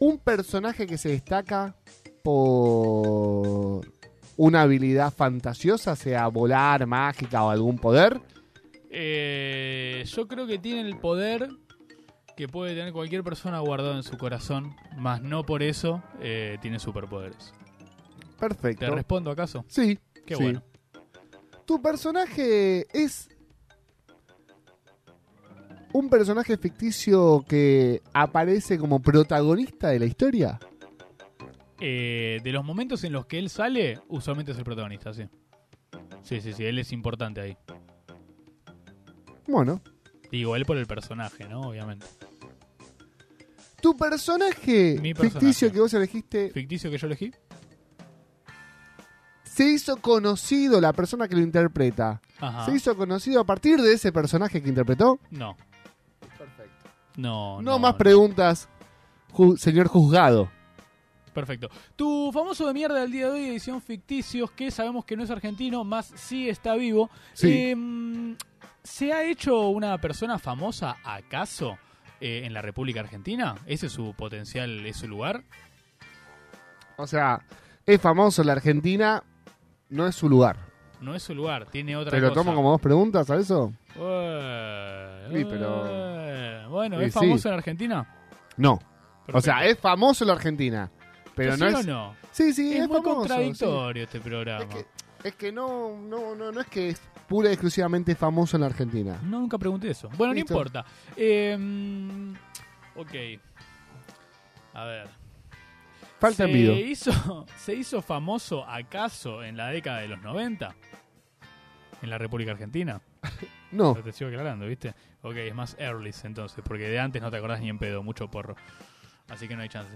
S10: Un personaje que se destaca por una habilidad fantasiosa, sea volar, mágica o algún poder.
S9: Eh, yo creo que tiene el poder que puede tener cualquier persona guardado en su corazón, más no por eso eh, tiene superpoderes. ¿Te
S10: Perfecto.
S9: respondo acaso?
S10: Sí.
S9: Qué
S10: sí.
S9: bueno.
S10: Tu personaje es un personaje ficticio que aparece como protagonista de la historia.
S9: Eh, de los momentos en los que él sale, usualmente es el protagonista, sí. Sí, sí, sí, él es importante ahí.
S10: Bueno,
S9: Digo, él por el personaje, ¿no? Obviamente.
S10: tu personaje,
S9: Mi personaje.
S10: ficticio que vos elegiste
S9: ¿Ficticio que yo elegí?
S10: se hizo conocido la persona que lo interpreta.
S9: Ajá.
S10: Se hizo conocido a partir de ese personaje que interpretó.
S9: No.
S10: Perfecto.
S9: Oh, No,
S10: No, más preguntas, ju- señor juzgado.
S9: Perfecto. Tu famoso de mierda del día de hoy, edición ficticios, que sabemos que no es argentino, más sí está vivo.
S10: Sí.
S9: Em, ¿Se ha hecho una persona famosa acaso eh, en la República Argentina? ¿Ese es su potencial, es su lugar?
S10: O sea, es famoso la Argentina, no es su lugar.
S9: No es su lugar, tiene otra
S10: Te lo
S9: cosa.
S10: tomo como dos preguntas a eso.
S9: Eh,
S10: Sí, pero-
S9: eh, Bueno,
S10: Sí,
S9: ¿es famoso
S10: sí.
S9: en Argentina?
S10: No.
S9: Perfecto.
S10: O sea, es famoso la Argentina, pero
S9: ¿Sí
S10: no
S9: o
S10: es.
S9: no?
S10: Sí, sí,
S9: es,
S10: es
S9: muy
S10: famoso,
S9: contradictorio este programa.
S10: Es que no, no, no, no es que es pura y exclusivamente famoso en la Argentina.
S9: No, nunca pregunté eso. Bueno,
S10: Listo.
S9: no importa. Eh, ok. A ver.
S10: Falta
S9: ¿Se
S10: envido.
S9: hizo, ¿Se hizo famoso acaso en la década de los 90? ¿En la República Argentina?
S10: No.
S9: Yo Te sigo aclarando, ¿viste? Ok, es más Earlys entonces, porque de antes no te acordás ni en pedo, mucho porro. Así que no hay chance.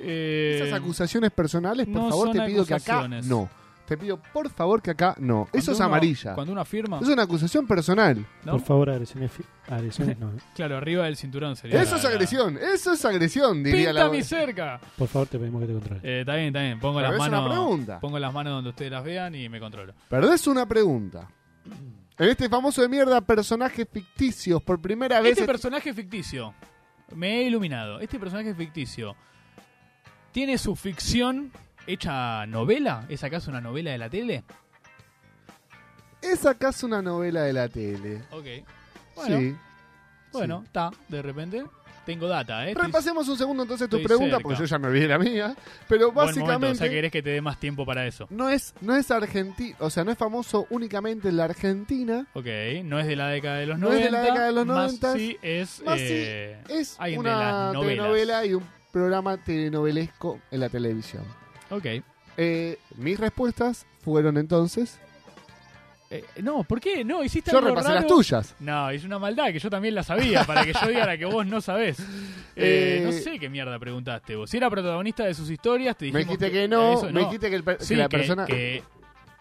S9: Eh,
S10: Esas acusaciones personales, por
S9: no
S10: favor,
S9: son
S10: te pido que acá
S9: acusaciones.
S10: no. Te pido, por favor, que acá no.
S9: cuando
S10: Eso es
S9: uno-
S10: amarilla.
S9: Cuando uno afirma.
S10: Es una acusación personal.
S9: ¿No?
S11: Por favor, agresiones, fi- agresiones no. ¿eh?
S9: Claro, arriba del cinturón sería.
S10: Eso es
S9: la-
S10: agresión, eso es agresión, diría
S9: Pinta
S10: la...
S9: mi cerca.
S11: Por favor, te pedimos que te controles.
S9: Eh, está bien, está bien. Pongo
S10: Pero
S9: las
S10: es una
S9: manos.
S10: pregunta.
S9: Pongo las manos donde ustedes las vean y me controlo.
S10: Perdés una pregunta. En este famoso de mierda, personajes ficticios, por primera vez...
S9: Este personaje ficticio. Me he iluminado. Este personaje ficticio. ¿Tiene su ficción hecha novela? ¿Es acaso una novela de la tele?
S10: ¿Es acaso una novela de la tele?
S9: Ok. Bueno,
S10: sí.
S9: bueno, está. De repente tengo data, ¿eh? Estoy-
S10: Repasemos un segundo entonces tu
S9: estoy
S10: pregunta,
S9: cerca.
S10: porque yo ya me olvidé la mía. Pero
S9: Buen momento, o sea,
S10: básicamente
S9: querés que te dé más tiempo para eso.
S10: no es, no es argentino, o sea, no es famoso únicamente en la Argentina,
S9: Ok, no es de la década de los
S10: No es
S9: 90.
S10: de la década de los
S9: más
S10: 90.
S9: Sí, es.
S10: más sí
S9: eh,
S10: es
S9: alguien de
S10: una
S9: las novelas.
S10: telenovela y un programa telenovelesco en la televisión.
S9: Ok.
S10: Eh, mis respuestas fueron entonces...
S9: Eh, no, ¿por qué? No, hiciste
S10: Yo
S9: algo
S10: repasé
S9: raro.
S10: las tuyas.
S9: No, es una maldad que yo también la sabía, para que yo diga la que vos no sabés. Eh,
S10: Eh,
S9: no sé qué mierda preguntaste vos. Si era protagonista de sus historias, te
S10: Me
S9: dijimos
S10: dijiste que no,
S9: eso
S10: me dijiste que, el per- que
S9: Sí,
S10: la
S9: que-
S10: persona...
S9: Que,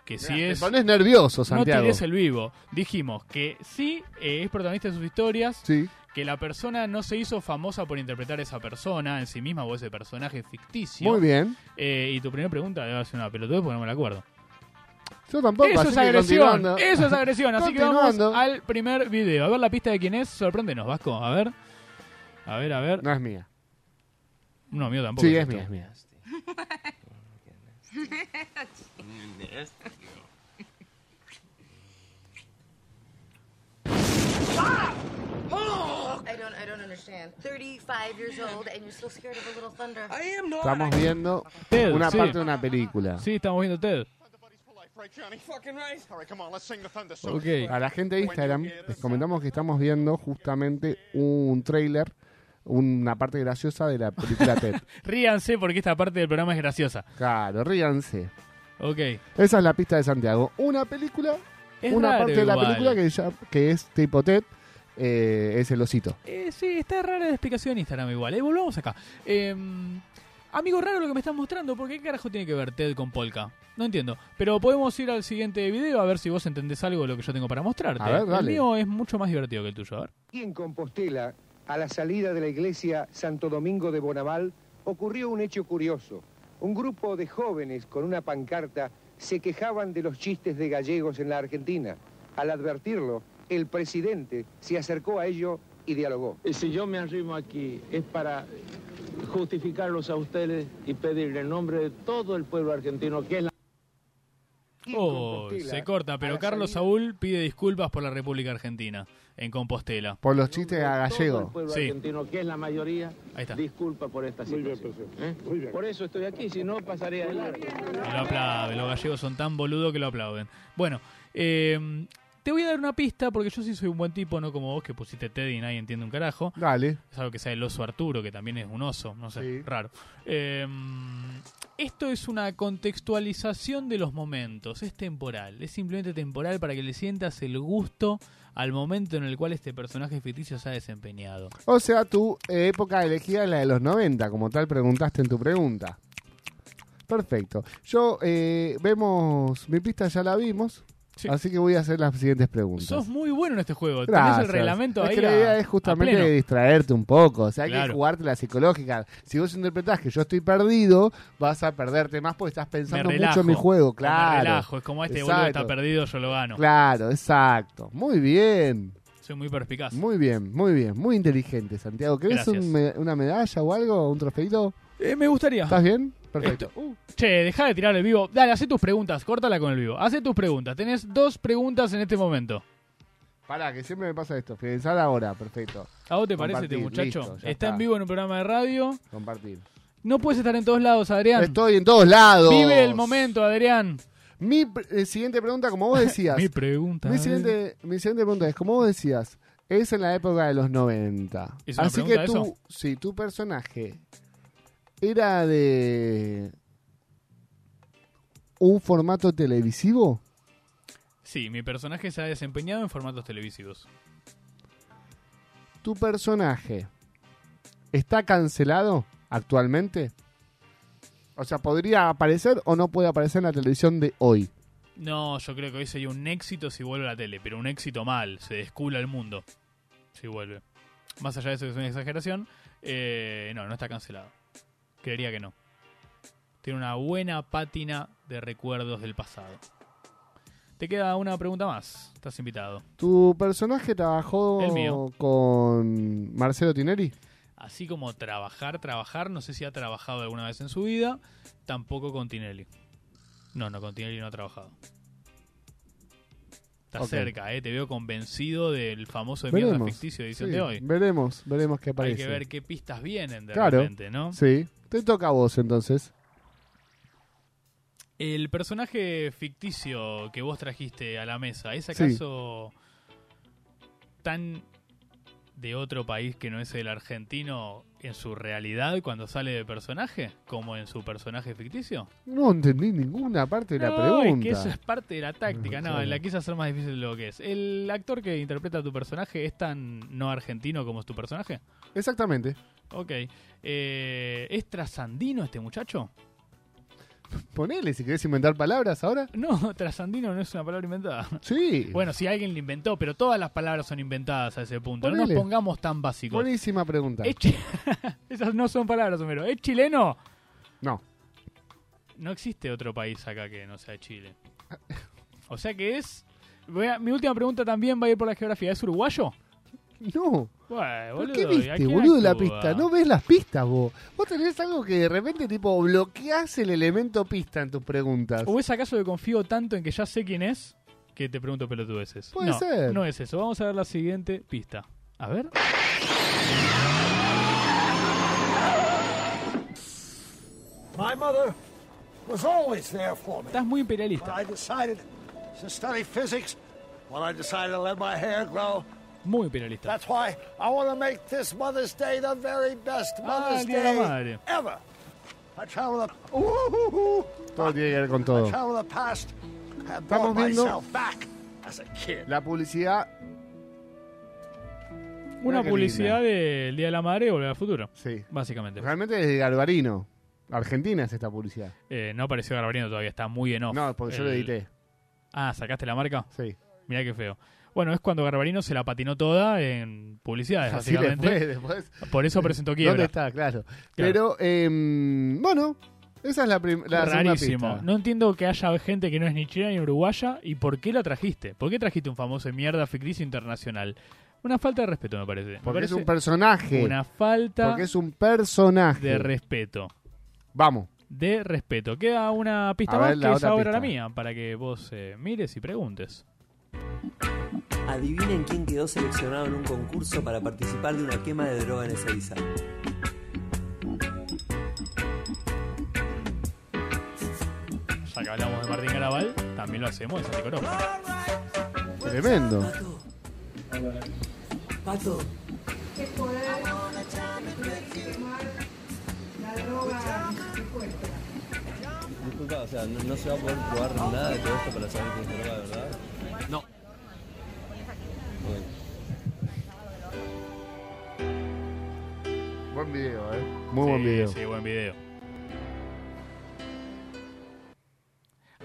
S9: que sí
S10: Te
S9: es...
S10: pones nervioso,
S9: No
S10: Santiago.
S9: tirés el vivo. Dijimos que sí eh, es protagonista de sus historias,
S10: Sí.
S9: que la persona no se hizo famosa por interpretar esa persona en sí misma o ese personaje ficticio.
S10: Muy bien.
S9: Eh, y tu primera pregunta debe ser una pelotudez porque no me la acuerdo.
S10: Yo tampoco.
S9: Eso
S10: así
S9: es
S10: que
S9: agresión.
S10: continuando.
S9: Eso es agresión. Así que vamos
S10: Continuando.
S9: al primer video. A ver la pista de quién es. Sorpréndenos, Vasco. A ver. A ver, a ver.
S10: No es mía.
S9: No, mío tampoco.
S10: Sí, es
S9: esto.
S10: mía, es mía.
S12: I don't I don't understand. 35 years old and you're still scared of a little thunder. I am not.
S10: Estamos viendo
S9: Ted,
S10: una
S9: sí.
S10: parte de una película.
S9: Sí, estamos viendo Ted. Ok.
S10: A la gente de Instagram les comentamos que estamos viendo justamente un trailer, una parte graciosa de la película TED.
S9: Ríanse porque esta parte del programa es graciosa.
S10: Claro, ríanse.
S9: Ok.
S10: Esa es la pista de Santiago. Una película,
S9: Es
S10: una
S9: raro
S10: parte de la
S9: igual.
S10: película que, ya, que es tipo TED, eh, es el osito.
S9: Eh, sí, está rara la explicación en Instagram igual. Eh, volvamos acá. Eh, amigo, raro lo que me estás mostrando. Porque qué carajo tiene que ver Ted con Polka? No entiendo. Pero podemos ir al siguiente video a ver si vos entendés algo de lo que yo tengo para mostrarte.
S10: A ver,
S9: El
S10: dale.
S9: mío es mucho más divertido que el tuyo. A ver.
S13: Y en Compostela, a la salida de la iglesia Santo Domingo de Bonaval, ocurrió un hecho curioso. Un grupo de jóvenes con una pancarta se quejaban de los chistes de gallegos en la Argentina. Al advertirlo, el presidente se acercó a ello y dialogó.
S14: Eh, Si yo me arrimo aquí es para justificarlos a ustedes y pedirle en nombre de todo el pueblo argentino que es la...
S9: Oh, se corta, pero Carlos Saúl pide disculpas por la República Argentina en Compostela.
S10: Por los chistes
S14: Todo
S10: a
S14: el
S10: gallego.
S14: pueblo argentino, que es la mayoría,
S9: Ahí está.
S14: disculpa por esta situación. ¿eh? Por eso estoy aquí, si no pasaría de largo.
S9: Y lo aplauden, los gallegos son tan boludos que lo aplauden. Bueno, eh, te voy a dar una pista porque yo sí soy un buen tipo, no como vos que pusiste Teddy y nadie entiende un carajo.
S10: Dale.
S9: Es algo que sea el oso Arturo, que también es un oso, no sé, raro. Eh, esto es una contextualización de los momentos, es temporal, es simplemente temporal para que le sientas el gusto al momento en el cual este personaje ficticio se ha desempeñado.
S10: O sea, tu eh, época elegida es la de los 90, como tal preguntaste en tu pregunta. Perfecto. Yo, eh, vemos, mi pista ya la vimos. Así que voy a hacer las siguientes preguntas.
S9: Sos muy bueno en este juego. Tenés
S10: Gracias.
S9: el reglamento
S10: es
S9: ahí.
S10: Que la
S9: a-
S10: idea es
S9: a
S10: justamente
S9: pleno.
S10: distraerte un poco. O sea, hay
S9: Claro.
S10: que jugarte la psicológica. Si vos interpretás que yo estoy perdido, vas a perderte más porque estás
S9: Me
S10: pensando
S9: relajo.
S10: mucho en mi juego.
S9: O
S10: Claro.
S9: Me relajo. Es como este boludo está
S10: Exacto.
S9: perdido, yo lo gano.
S10: Claro, exacto. Muy bien.
S9: Soy muy perspicaz.
S10: Muy bien, muy bien. Muy inteligente, Santiago. ¿Querés
S9: Gracias.
S10: un me- una medalla o algo? ¿Un trofeito?
S9: Eh, me gustaría.
S10: ¿Estás bien? Perfecto. Uh,
S9: Che, deja de tirar el vivo. Dale, hacé tus preguntas. Córtala con el vivo. Hacé tus preguntas. Tenés dos preguntas en este momento.
S10: Pará, que siempre me pasa esto. Finalizar ahora, perfecto.
S9: ¿A vos te parece este
S10: Compartir,
S9: muchacho?
S10: listo,
S9: está,
S10: ya
S9: en vivo en un programa de radio.
S10: Compartir.
S9: No puedes estar en todos lados, Adrián.
S10: Estoy en todos lados.
S9: Vive el momento, Adrián.
S10: Mi pre- eh, siguiente pregunta, como vos decías.
S9: Mi pregunta.
S10: Mi siguiente, mi siguiente pregunta es, como vos decías, es en la época de los 90.
S9: ¿Es una
S10: Así que
S9: pregunta
S10: tú,
S9: eso?
S10: sí, tu personaje era de un formato televisivo.
S9: Sí, mi personaje se ha desempeñado en formatos televisivos.
S10: Tu personaje está cancelado actualmente. O sea, podría aparecer o no puede aparecer en la televisión de hoy.
S9: No, yo creo que hoy sería un éxito si vuelve a la tele, pero un éxito mal, se descula el mundo si vuelve. Más allá de eso que es una exageración, eh, no, no está cancelado. Creería que no. Tiene una buena pátina de recuerdos del pasado. Te queda una pregunta más, estás invitado.
S10: Tu personaje trabajó
S9: El mío.
S10: con Marcelo Tineri.
S9: Así como trabajar, trabajar, no sé si ha trabajado alguna vez en su vida, tampoco con Tinelli. No, no, con Tinelli no ha trabajado. Está
S10: Ok.
S9: cerca, eh, te veo convencido del famoso de mierda
S10: Veremos.
S9: ficticio edición
S10: Sí,
S9: de hoy.
S10: Veremos, veremos qué aparece.
S9: Hay que ver qué pistas vienen de
S10: claro,
S9: repente, ¿no?
S10: Sí. Te toca a vos entonces.
S9: El personaje ficticio que vos trajiste a la mesa, ¿es acaso tan de otro país que no es el argentino en su realidad cuando sale de personaje como en su personaje ficticio?
S10: No entendí ninguna parte de la
S9: No, es
S10: pregunta.
S9: que eso es parte de la táctica. No,
S10: claro.
S9: la quise hacer más difícil de lo que es. ¿El actor que interpreta a tu personaje es tan no argentino como es tu personaje?
S10: Exactamente.
S9: Ok. Eh, ¿Es trasandino este muchacho?
S10: Ponele si querés inventar palabras ahora.
S9: No, trasandino no es una palabra inventada.
S10: Sí.
S9: Bueno, si alguien la inventó, pero todas las palabras son inventadas a ese punto. No nos
S10: Ponele.
S9: pongamos tan básicos.
S10: Buenísima pregunta.
S9: Es chi- Esas no son palabras, Homero. ¿Es chileno?
S10: No.
S9: No existe otro país acá que no sea Chile. O sea que es... voy a- Mi última pregunta también va a ir por la geografía. ¿Es uruguayo?
S10: No.
S9: Bueno,
S10: ¿Por
S9: boludo,
S10: qué
S9: ¿y
S10: viste,
S9: a quién
S10: boludo, la
S9: actúa?
S10: pista? No ves las pistas vos. Vos tenés algo que de repente tipo bloqueás el elemento pista en tus preguntas.
S9: ¿O es acaso que confío tanto en que ya sé quién es que te pregunto pelotudeces?
S10: Puede
S9: no,
S10: ser.
S9: No es eso. Vamos a ver la siguiente pista. A ver.
S15: My mother was always there for me.
S9: Estás muy imperialista.
S15: I decided to study physics when I decided to let my hair grow.
S9: Muy imperialista.
S15: That's why I want to make this Mother's Day the very best Mother's
S9: Ah, Día de la
S15: Day
S9: Madre.
S15: ever. I travel the, Ooh,
S10: Todo tiene que ver con
S15: I
S10: todo.
S15: travel the past and
S10: Estamos
S15: brought
S10: viendo-
S15: myself back as a kid.
S10: La publicidad. Mirá
S9: Una
S10: qué
S9: publicidad del Día de la Madre y Volver al Futuro. Sí. Básicamente.
S10: Realmente es de Garbarino. Argentina es esta publicidad.
S9: Eh, no apareció Garbarino todavía, está muy en off. No, eh,
S10: porque yo lo edité.
S9: Ah, ¿sacaste la marca?
S10: Sí.
S9: Mirá qué feo. Bueno, es cuando Garbarino se la patinó toda en publicidades,
S10: Así
S9: básicamente.
S10: después- después.
S9: Por eso presentó quiebra.
S10: ¿Dónde está? Claro. Pero, em, bueno, esa es la, prim- la segunda
S9: Rarísimo.
S10: pista.
S9: No entiendo que haya gente que no es ni chilena ni uruguaya. ¿Y por qué la trajiste? ¿Por qué trajiste un famoso de mierda ficticio internacional? Una falta de respeto, me parece. Me
S10: Porque es
S9: parece
S10: un personaje.
S9: Una falta
S10: Porque es un personaje.
S9: de respeto.
S10: Vamos.
S9: De respeto. Queda una pista
S10: A
S9: más
S10: ver, la
S9: que es
S10: otra
S9: ahora
S10: pista.
S9: la mía, para que vos eh, mires y preguntes.
S16: Adivinen quién quedó seleccionado en un concurso para participar de una quema de droga en Ezeiza.
S9: Ya que hablamos de Martín Garabal, también lo hacemos en Santi Corojo.
S10: Tremendo.
S16: Pato. Disculpa, o sea, no, no se va a poder probar nada de todo esto para saber quién es droga, ¿verdad? No.
S10: Buen video, eh. Muy buen
S9: Sí,
S10: video.
S9: Sí, buen video.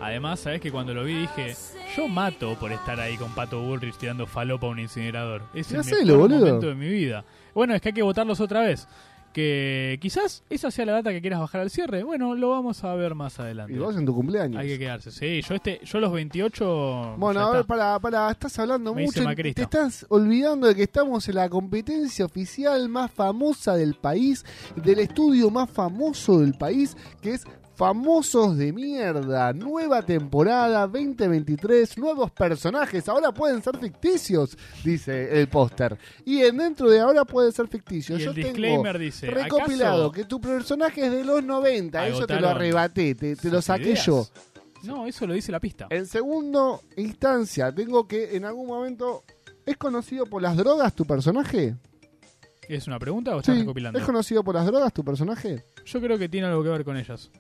S9: Además, sabes que cuando lo vi dije, Yo mato por estar ahí con Pato Bullrich tirando falopa a un incinerador. Es
S10: Ya
S9: el
S10: sé,
S9: mejor
S10: lo boludo.
S9: momento de mi vida. Bueno, es que hay que votarlos otra vez. Que quizás esa sea la data que quieras bajar al cierre. Bueno, lo vamos a ver más adelante.
S10: Y vos en tu cumpleaños.
S9: Hay que quedarse. Sí, yo este, yo los 28.
S10: Bueno,
S9: ya
S10: a ver,
S9: está.
S10: para, para, estás hablando
S9: Me
S10: mucho.
S9: hice
S10: y
S9: macrista.
S10: Te estás olvidando de que estamos en la competencia oficial más famosa del país, del estudio más famoso del país, que es Famosos de Mierda. Nueva temporada 2023, nuevos personajes. Ahora pueden ser ficticios, dice el póster. Y en dentro de ahora pueden ser ficticios.
S9: Y
S10: Yo
S9: el
S10: tengo
S9: disclaimer dice,
S10: recopilado
S9: ¿acaso
S10: que tu personaje es de los 90. Eso te lo
S9: agotaron
S10: arrebaté, te, te lo
S9: sus
S10: saqué
S9: ideas?
S10: yo. Eh,
S9: No, eso lo dice la pista.
S10: En segunda instancia, tengo que en algún momento. ¿Es conocido por las drogas tu personaje?
S9: ¿Es una pregunta o estás
S10: Sí.
S9: recopilando?
S10: ¿Es conocido por las drogas tu personaje?
S9: Yo creo que tiene algo que ver con ellas.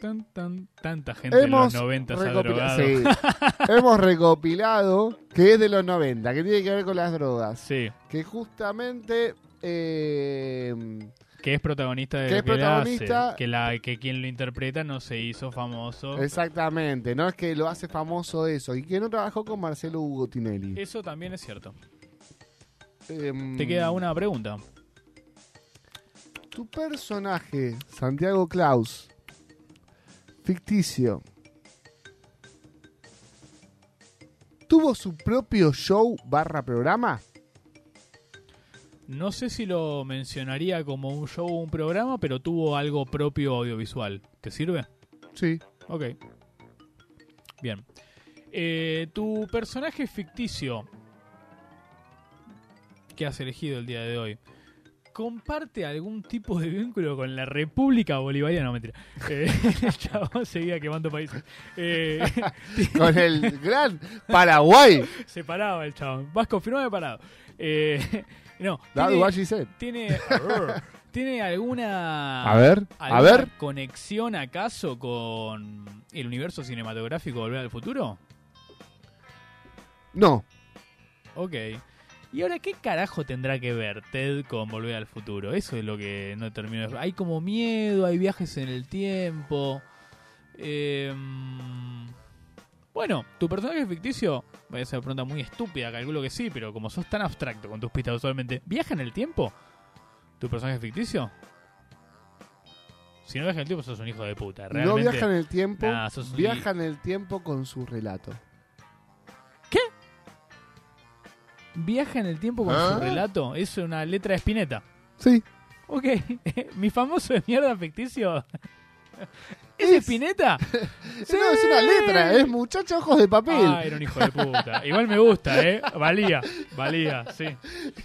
S9: Tan, tan, tanta gente en los 90 se ha
S10: recopila-
S9: drogado.
S10: sí. Hemos recopilado que es de los 90, que tiene que ver con las drogas. Que justamente. eh,
S9: que es protagonista de
S10: Que
S9: lo
S10: es
S9: que él hace,
S10: protagonista.
S9: que la que quien lo interpreta no se hizo famoso.
S10: exactamente, no es que lo hace famoso eso. Y que no trabajó con Marcelo Hugo Tinelli.
S9: Eso también es cierto.
S10: Em,
S9: Te queda una pregunta.
S10: Tu personaje, Santiago Klaus, ficticio, ¿tuvo su propio show barra programa?
S9: No sé si lo mencionaría como un show o un programa, pero tuvo algo propio audiovisual. ¿Te sirve?
S10: Sí.
S9: Ok. Bien. Eh, tu personaje ficticio que has elegido el día de hoy, ¿comparte algún tipo de vínculo con la República Bolivariana? No, mentira. Eh, el chabón seguía quemando países. Eh,
S10: Con el gran Paraguay.
S9: Se paraba el chabón. Vas confirmado parado. Eh, no.
S10: That
S9: tiene-
S10: what she said.
S9: Tiene. arr, ¿Tiene alguna.
S10: A ver, a
S9: alguna
S10: ver.
S9: conexión acaso con el universo cinematográfico de Volver al Futuro?
S10: No.
S9: Ok. ¿Y ahora qué carajo tendrá que ver Ted con Volver al Futuro? Eso es lo que no termino de... Hay como miedo, hay viajes en el tiempo. Em, bueno, tu personaje ficticio, voy a hacer una pregunta muy estúpida, calculo que sí, pero como sos tan abstracto con tus pistas usualmente, ¿viaja en el tiempo? ¿Tu personaje ficticio? Si no viaja en el tiempo, sos un hijo de
S10: No
S9: puta. Realmente,
S10: viaja en el tiempo,
S9: Nah, sos un-
S10: viaja en el tiempo con su relato.
S9: ¿Viaja en el tiempo con
S10: ¿Ah?
S9: su relato? Es una letra de Spinetta.
S10: Sí.
S9: Ok. Mi famoso de mierda ficticio. ¿Es, Spinetta? Sí.
S10: No, es una letra, es muchacho ojos de papel.
S9: Ah, era un hijo de puta. Igual me gusta, ¿eh? Valía, valía, sí.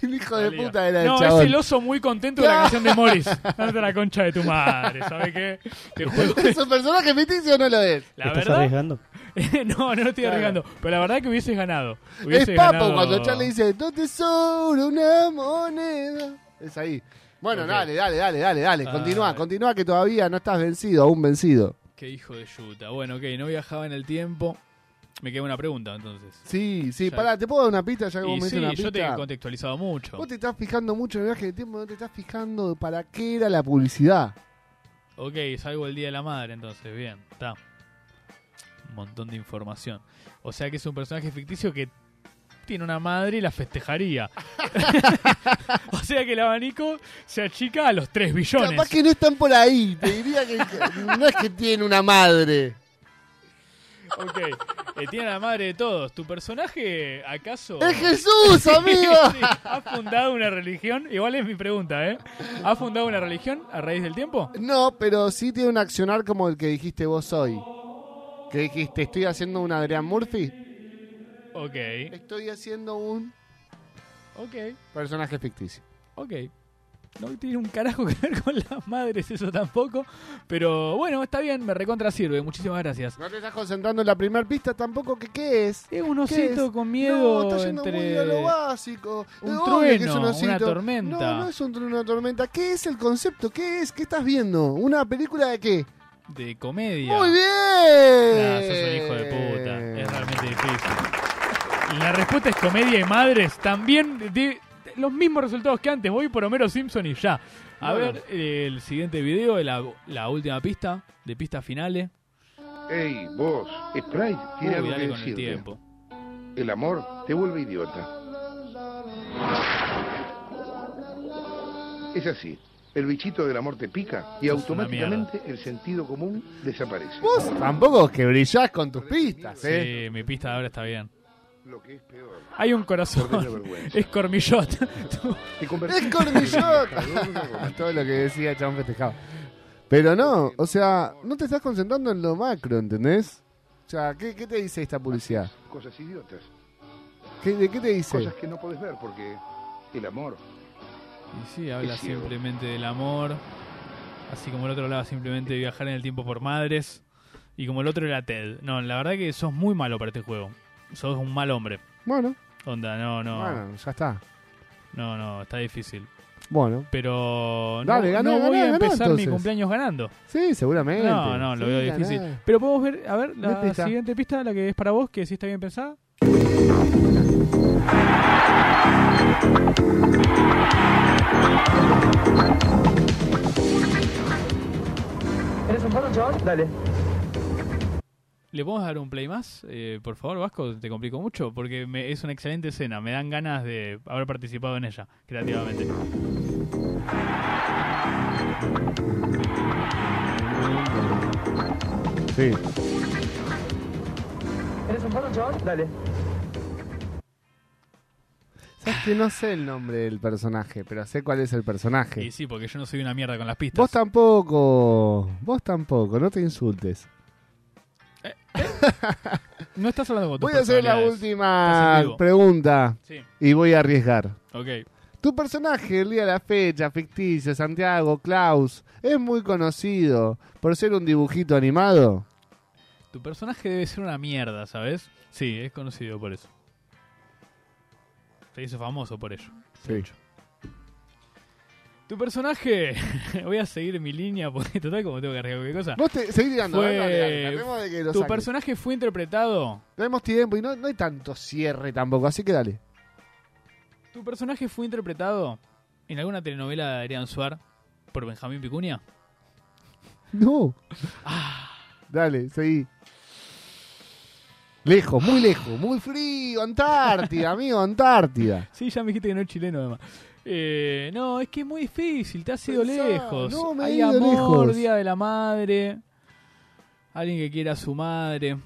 S10: El hijo de
S9: Valía.
S10: puta era el
S9: No,
S10: chabón.
S9: es el oso muy contento de la canción de Morris. Anda la concha de tu madre, ¿sabes qué? Te juego.
S10: ¿Su personaje ficticio no lo es?
S9: La verdad. no, no lo estoy
S10: Claro.
S9: arriesgando. Pero la verdad que hubieses ganado.
S10: Es
S9: Hubieses
S10: Papo
S9: ganado-
S10: cuando Charlie dice, no tesoro, una moneda. Es ahí. Bueno,
S9: Ok.
S10: dale, dale, dale, dale, dale.
S9: Ah,
S10: Continúa, continúa que todavía no estás vencido, aún vencido.
S9: Qué hijo de yuta. Bueno, ok, no viajaba en el tiempo. Me queda una pregunta entonces.
S10: Sí, sí,
S9: Ya-
S10: pará, ¿te puedo dar una pista ya que vos
S9: Y
S10: me
S9: sí,
S10: diste una
S9: yo te he
S10: pista?
S9: contextualizado mucho.
S10: Vos te estás fijando mucho en el viaje de tiempo, no te estás fijando de para qué era la publicidad.
S9: Ok, salgo el Día de la Madre entonces, bien, está. Un montón de información. O sea que es un personaje ficticio que tiene una madre y la festejaría. o sea que el abanico se achica a los 3 billones.
S10: Capaz que no están por ahí, te diría que no es que tiene una madre.
S9: Ok, eh, tiene a la madre de todos. ¿Tu personaje acaso...
S10: ¡Es Jesús, amigo!
S9: Sí, ¿Ha fundado una religión? Igual es mi pregunta, ¿eh? ¿Ha fundado una religión a raíz del tiempo?
S10: No, pero sí tiene un accionar como el que dijiste vos hoy. Que dijiste, estoy haciendo un Adrián Murphy.
S9: Ok.
S10: Estoy haciendo un...
S9: Ok.
S10: Personaje ficticio.
S9: Ok. No tiene un carajo que ver con las madres eso tampoco. Pero bueno, está bien, me recontra sirve. Muchísimas gracias.
S10: No te estás concentrando en la primera pista tampoco, que qué es.
S9: Es un osito con miedo
S10: No, está yendo
S9: entre-
S10: muy a lo básico.
S9: Un
S10: Es obvio que es
S9: trueno,
S10: un
S9: una
S10: osito.
S9: tormenta.
S10: No, no es un trueno, una tormenta. ¿Qué es el concepto? ¿Qué es? ¿Qué estás viendo? ¿Una película de qué?
S9: De comedia.
S10: ¡Muy bien!
S9: Nah, Ah, sos un hijo de puta. Es realmente difícil. La respuesta es comedia y madres. También de- de los mismos resultados que antes. Voy por Homero Simpson y ya. A
S10: Bueno.
S9: ver eh, el siguiente video, la, la última pista de pistas finales.
S17: Ey, vos, Sprite tiene
S9: Uy,
S17: algo
S9: dale
S17: que
S9: con el
S17: decirte.
S9: tiempo.
S17: El amor te vuelve idiota. Es así. El bichito del amor te pica y automáticamente el sentido común desaparece.
S10: Vos tampoco es que brillás con tus pistas,
S9: Sí,
S10: ¿eh?
S9: mi pista ahora está bien.
S17: Lo que es peor.
S9: Hay un corazón.
S17: Perdés la vergüenza.
S9: Es cormillot.
S17: Te convertís
S10: ¡Es
S17: en un
S10: cornillot!
S17: embajador de romance.
S10: Todo lo que decía Chabón festejado. Pero no, o sea, no te estás concentrando en lo macro, ¿entendés? O sea, ¿qué, qué te dice esta publicidad?
S17: Cosas idiotas.
S10: ¿Qué- ¿De qué te dice?
S17: Cosas que no podés ver porque el amor
S9: Y sí, habla
S17: Es ciego.
S9: simplemente del amor. Así como el otro hablaba simplemente de viajar en el tiempo por madres. Y como el otro era Ted. No, la verdad que sos muy malo para este juego. Sos un mal hombre.
S10: Bueno,
S9: Onda, no, no.
S10: bueno, ya está.
S9: No, no, está difícil.
S10: Bueno.
S9: Pero no,
S10: Dale, ganá,
S9: no voy
S10: ganá,
S9: a
S10: ganá,
S9: empezar mi
S10: entonces.
S9: cumpleaños ganando.
S10: Sí, seguramente.
S9: No, no, lo
S10: Sí,
S9: veo
S10: ganá.
S9: difícil. Pero podemos ver, a ver, la
S10: ¿Qué pista?
S9: siguiente pista, la que es para vos, que sí está bien pensada.
S6: ¿Eres un faro, chaval? Dale.
S9: ¿Le podemos dar un play más? Eh, por favor, Vasco, te complico mucho, porque me- es una excelente escena. Me dan ganas de haber participado en ella, creativamente.
S10: Sí.
S6: ¿Eres un faro, chaval? Dale.
S10: Sabes que no sé el nombre del personaje, pero sé cuál es el personaje.
S9: Y sí, porque yo no soy una mierda con las pistas.
S10: Vos tampoco, vos tampoco, no te insultes.
S9: No estás hablando con tus
S10: Voy a hacer la
S9: personalidades. Estás
S10: última
S9: en vivo.
S10: pregunta
S9: Sí.
S10: y voy a arriesgar.
S9: Ok.
S10: Tu personaje, el día de la fecha, ficticio, Santiago, Klaus, es muy conocido por ser un dibujito animado.
S9: Tu personaje debe ser una mierda, ¿sabes? Sí, es conocido por eso. Se hizo famoso por ello.
S10: Sí.
S9: Tu personaje. Voy a seguir mi línea porque total, como tengo que arriesgar cualquier cosa.
S10: Vos te- seguí tirando,
S9: Fue-
S10: dale, dale, dale, tratemos de que lo
S9: Tu
S10: saques.
S9: personaje fue interpretado.
S10: Tenemos tiempo y no, no hay tanto cierre tampoco, así que dale.
S9: Tu personaje fue interpretado en alguna telenovela de Adrián Suar por Benjamín Picuña.
S10: No. Ah, Dale, seguí. Lejos, muy lejos, muy frío, Antártida, amigo, Antártida.
S9: Sí, ya me dijiste que no es chileno, además. Eh, no, es que es muy difícil, te has ido
S10: Pensá,
S9: lejos.
S10: no, me he
S9: Hay
S10: ido
S9: amor,
S10: lejos.
S9: día de la madre. Alguien que quiera a su madre.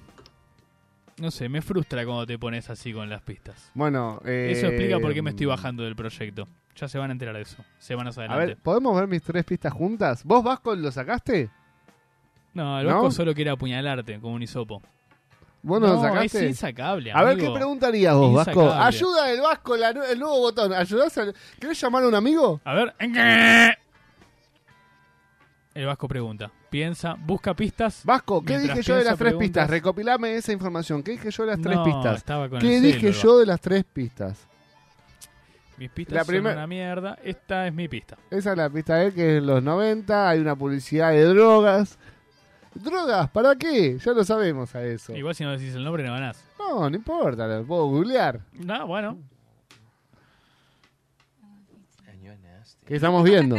S9: No sé, me frustra cuando te pones así con las pistas.
S10: Bueno, eh,
S9: Eso explica por qué me estoy bajando del proyecto. Ya se van a enterar de eso. Semanas
S10: A
S9: adelante.
S10: ver, ¿podemos ver mis tres pistas juntas? ¿Vos, Vasco, lo sacaste?
S9: no, el
S10: ¿no?
S9: Vasco solo quiere apuñalarte como un hisopo.
S10: ¿Vos no,
S9: No,
S10: lo sacaste?
S9: es insacable,
S10: A ver,
S9: amigo.
S10: ¿qué preguntarías vos, Vasco?
S9: Insacable.
S10: Ayuda del Vasco, la nu- el nuevo botón. ¿Ayudás al... ¿Querés llamar a un amigo?
S9: A ver. El Vasco pregunta. Piensa, busca pistas.
S10: Vasco, ¿Qué
S9: mientras
S10: dije yo de
S9: piensa
S10: las tres
S9: preguntas.
S10: pistas? Recopilame esa información. ¿Qué dije yo de las tres
S9: No,
S10: pistas?
S9: estaba con
S10: ¿Qué
S9: el
S10: dije
S9: celu,
S10: yo de las tres pistas?
S9: Mis pistas
S10: La primer-
S9: son una mierda. Esta es mi pista.
S10: Esa es la pista de él, que es en los 90, hay una publicidad de drogas. ¿Drogas? ¿Para qué? Ya lo sabemos a eso.
S9: Igual si no decís el nombre no ganás.
S10: No, no importa, lo puedo googlear.
S9: No, bueno.
S10: ¿Qué estamos viendo?